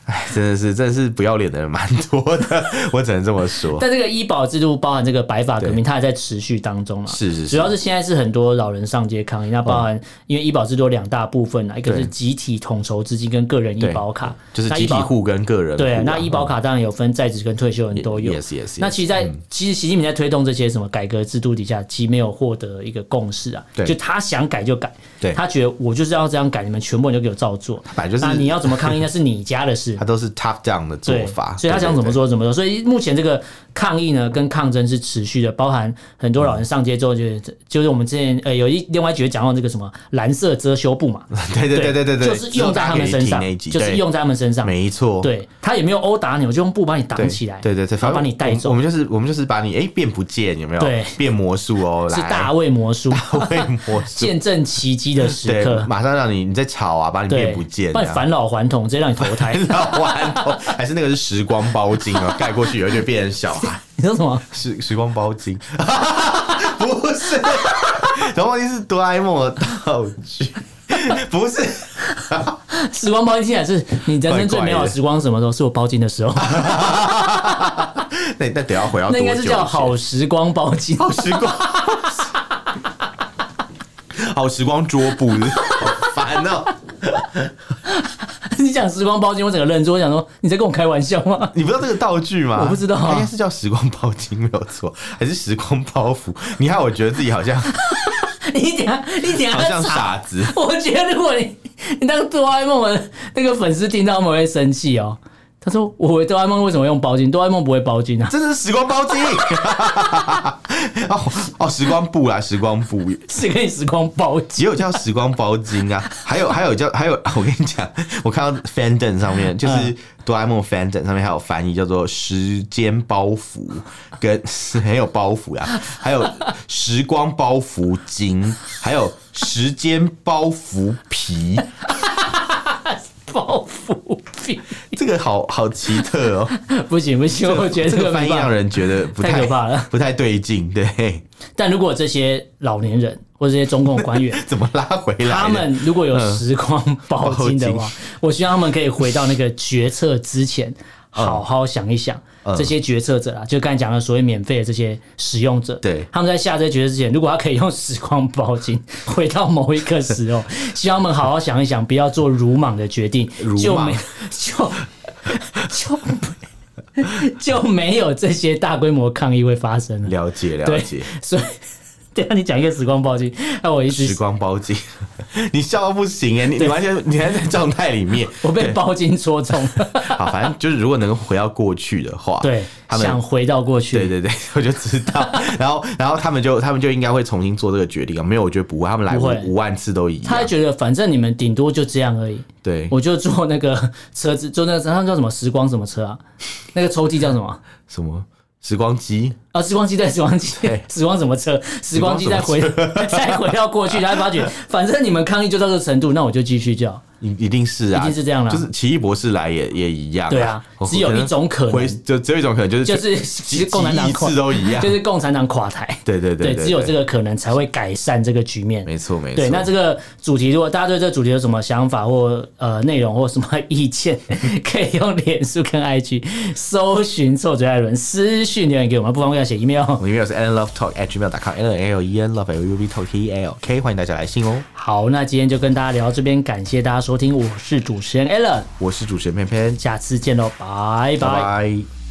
Speaker 1: 哎，真的是，真的是不要脸的人蛮多的， [LAUGHS] 我只能这么说。
Speaker 2: 但这个医保制度包含这个白发革命，它还在持续当中嘛。啊
Speaker 1: 是是是嗯
Speaker 2: 主要是现在是很多老人上街抗议，那包含因为医保制度有两大部分啊，一个是集体统筹资金跟个人医保卡，
Speaker 1: 就是
Speaker 2: 那
Speaker 1: 集
Speaker 2: 医
Speaker 1: 体
Speaker 2: 保
Speaker 1: 户跟个人户啊、
Speaker 2: 对，那医保卡当然有分在职跟退休人都有。
Speaker 1: 也是也是。
Speaker 2: 那其实在，其实习近平在推动这些什么改革制度底下，其实没有获得一个共识啊。
Speaker 1: 对
Speaker 2: 就他想改就改，
Speaker 1: 对
Speaker 2: 他觉得我就是要这样改，你们全部人都给我照做。
Speaker 1: 本来就是
Speaker 2: 那你要怎么抗议，那是你家的事
Speaker 1: 他。都是 top down 的做
Speaker 2: 对，
Speaker 1: 法，
Speaker 2: 所以他
Speaker 1: 对
Speaker 2: 想怎
Speaker 1: 对
Speaker 2: 么？
Speaker 1: 对
Speaker 2: 做怎么做。所以目前这个抗议呢，跟抗争是持续的，包含很多老人上街之后，就是就是我们之前呃有一另外一局讲到这个什么蓝色遮羞布嘛，
Speaker 1: 对对对对对对，
Speaker 2: 就是用在他们身
Speaker 1: 之后大家
Speaker 2: 上
Speaker 1: 可以听那一，集
Speaker 2: 就是
Speaker 1: 对
Speaker 2: 用在他们身上。
Speaker 1: 没错，。
Speaker 2: 对他也没有殴打你，我就用布把你挡
Speaker 1: 对
Speaker 2: 起来，
Speaker 1: 对对对，
Speaker 2: 然
Speaker 1: 反正
Speaker 2: 后把你
Speaker 1: 我
Speaker 2: 带
Speaker 1: 我
Speaker 2: 走，
Speaker 1: 们就是我们就是把你哎、变不见，有没有？
Speaker 2: 对
Speaker 1: 变魔术哦，
Speaker 2: [LAUGHS] 是
Speaker 1: 来
Speaker 2: 大卫魔术，
Speaker 1: 会魔术，
Speaker 2: [LAUGHS] 见证奇迹的时
Speaker 1: 对，
Speaker 2: 刻，
Speaker 1: 马上让你你在吵啊，把你
Speaker 2: 对
Speaker 1: 变不见，， [LAUGHS]
Speaker 2: 把你返老还童，直接让你投胎。
Speaker 1: 然小顽童，还 [LAUGHS] 是那个是时光包巾啊，盖过去以后就变成小 [LAUGHS] 孩，
Speaker 2: [LAUGHS] 你说什么？
Speaker 1: 时时光包巾， [LAUGHS] 不是，时光包巾是哆啦 A 梦的道具， [LAUGHS] 不是。 [LAUGHS]
Speaker 2: 时光包金进来是你人生最美好的时光，什么时候？是我包金
Speaker 1: [LAUGHS]
Speaker 2: 的时候，
Speaker 1: 啊那那得要回到
Speaker 2: 那
Speaker 1: 多
Speaker 2: 应
Speaker 1: 久以
Speaker 2: 该
Speaker 1: 前？
Speaker 2: 是叫好时光包金。
Speaker 1: 好时光， [LAUGHS] 好时光桌布， [LAUGHS] 好烦哦、
Speaker 2: [LAUGHS] 你讲时光包金，我整个愣住，我想说你在跟我开玩笑吗？ [LAUGHS]
Speaker 1: 你不知道这个道具吗？
Speaker 2: 我不知道啊
Speaker 1: 它应该是叫时光包巾没有错， [LAUGHS] 还是时光包袱？你看，我觉得自己好
Speaker 2: [LAUGHS]
Speaker 1: 像
Speaker 2: 你等下，你等下
Speaker 1: 好像
Speaker 2: 要查
Speaker 1: 傻子。
Speaker 2: [LAUGHS] 我觉得如果你你当哆啦 A 梦的那个粉丝听到，他们会生气哦。他说：“我哆啦 A 梦为什么用包巾？哆啦 A 梦不会包巾啊， [LAUGHS]
Speaker 1: 真的是时光包巾 [LAUGHS] 哦哦，时光布啦，时光布
Speaker 2: 只跟你时光包巾。
Speaker 1: 也有叫时光包巾啊，还有还有叫还有， [LAUGHS] 我跟你讲，我看到 fandom 上面就是
Speaker 2: 嗯
Speaker 1: 哆啦 A 梦 fandom 上面还有翻译叫做“时间包袱”，跟 [LAUGHS] 是很有包袱啦，还有“时光包袱巾”，还有“时间包袱皮
Speaker 2: 包袱皮，”，
Speaker 1: 这个好好奇特哦、
Speaker 2: 不行不行， [LAUGHS] 我觉得
Speaker 1: 这
Speaker 2: 这
Speaker 1: 个
Speaker 2: 个
Speaker 1: 翻
Speaker 2: 没
Speaker 1: 译
Speaker 2: 办
Speaker 1: 让
Speaker 2: 法。
Speaker 1: 人觉得不
Speaker 2: 太
Speaker 1: 太
Speaker 2: 可怕了，
Speaker 1: 不太对劲，对， [LAUGHS]
Speaker 2: 但如果这些老年人或者这些中共官员，
Speaker 1: 怎么拉回来的？嗯
Speaker 2: 他们如果有时光包巾的
Speaker 1: 包
Speaker 2: 话
Speaker 1: 巾，
Speaker 2: [LAUGHS] 我希望他们可以回到那个决策之前，好好想一想
Speaker 1: 嗯
Speaker 2: 这些决策者啊，就刚才讲的所谓免费的这些使用者，
Speaker 1: 对
Speaker 2: 他们在下这些决策之前，如果他可以用时光包巾 [LAUGHS] 回到某一个
Speaker 1: [LAUGHS]
Speaker 2: 时候，希望他们好好想一想，不要做鲁莽的决定
Speaker 1: 鲁，
Speaker 2: 就
Speaker 1: 莽
Speaker 2: 没就 [LAUGHS] 就没 [LAUGHS] 就没有这些大规模抗议会发生了。
Speaker 1: 了解了
Speaker 2: 对
Speaker 1: 解。，
Speaker 2: 所以 [LAUGHS] 等一下你讲一个时光包巾，那我一直
Speaker 1: 时光包巾， [LAUGHS] 你笑到不行哎！你你
Speaker 2: 对
Speaker 1: 完全你还在状态里
Speaker 2: [LAUGHS]
Speaker 1: 面。
Speaker 2: 我被包金戳中了。
Speaker 1: 好，反正就是如果能够回到过去的话，
Speaker 2: [LAUGHS] 对，
Speaker 1: 他
Speaker 2: 想
Speaker 1: 们。
Speaker 2: 回到过去。
Speaker 1: 对对对， [LAUGHS] 我就知
Speaker 2: [LAUGHS]
Speaker 1: 道。然后，然后他们就他们就应该会重新做这个决定啊。没有，我觉得不会，他们来
Speaker 2: 不会
Speaker 1: 五五万次都一
Speaker 2: 他还
Speaker 1: 样。
Speaker 2: 觉得反正你们顶多就这样而已，
Speaker 1: 对，
Speaker 2: 我就坐那个车子，坐那个他们叫什么时光什么车啊？那个抽屉叫什么？
Speaker 1: 什么时光机？
Speaker 2: 啊，时光机对，时光机
Speaker 1: 对，
Speaker 2: [LAUGHS] 时光什么车？时光机再回 [LAUGHS] 再回到
Speaker 1: [LAUGHS]
Speaker 2: 过去，他发觉反正你们抗议就到这个程度，那我就继续叫。
Speaker 1: 一一定是啊，
Speaker 2: 一定是这样啦
Speaker 1: 就是奇异博士来也也一样、
Speaker 2: 对啊
Speaker 1: 我
Speaker 2: 只有一种可能
Speaker 1: 回就只有一种可能，就是
Speaker 2: 就是
Speaker 1: 几
Speaker 2: [LAUGHS] 其实共产党
Speaker 1: 几亿次都一样。
Speaker 2: 就是共产党垮台，
Speaker 1: 对对对对，
Speaker 2: 只有这
Speaker 1: 个，
Speaker 2: 个可能才会改善这个局面。
Speaker 1: 没错没错。
Speaker 2: 对，那这个主题，如果大家对这个主题有什么想法或呃内容或什么 [LAUGHS] 意见，可以用脸书跟 IG 搜寻“臭嘴艾伦”私讯留言给我们，不妨给他写 email。
Speaker 1: 我们 email 是 allenlovetalk@gmail.com，a l l e n love l u v talk t a l k，欢迎大家来信哦。
Speaker 2: 好，那今天就跟大家聊到这边，感谢大家收听，我是主持人 Allen，
Speaker 1: 我是主持人偏偏，
Speaker 2: 下次见喽，拜
Speaker 1: 拜
Speaker 2: 拜
Speaker 1: 拜。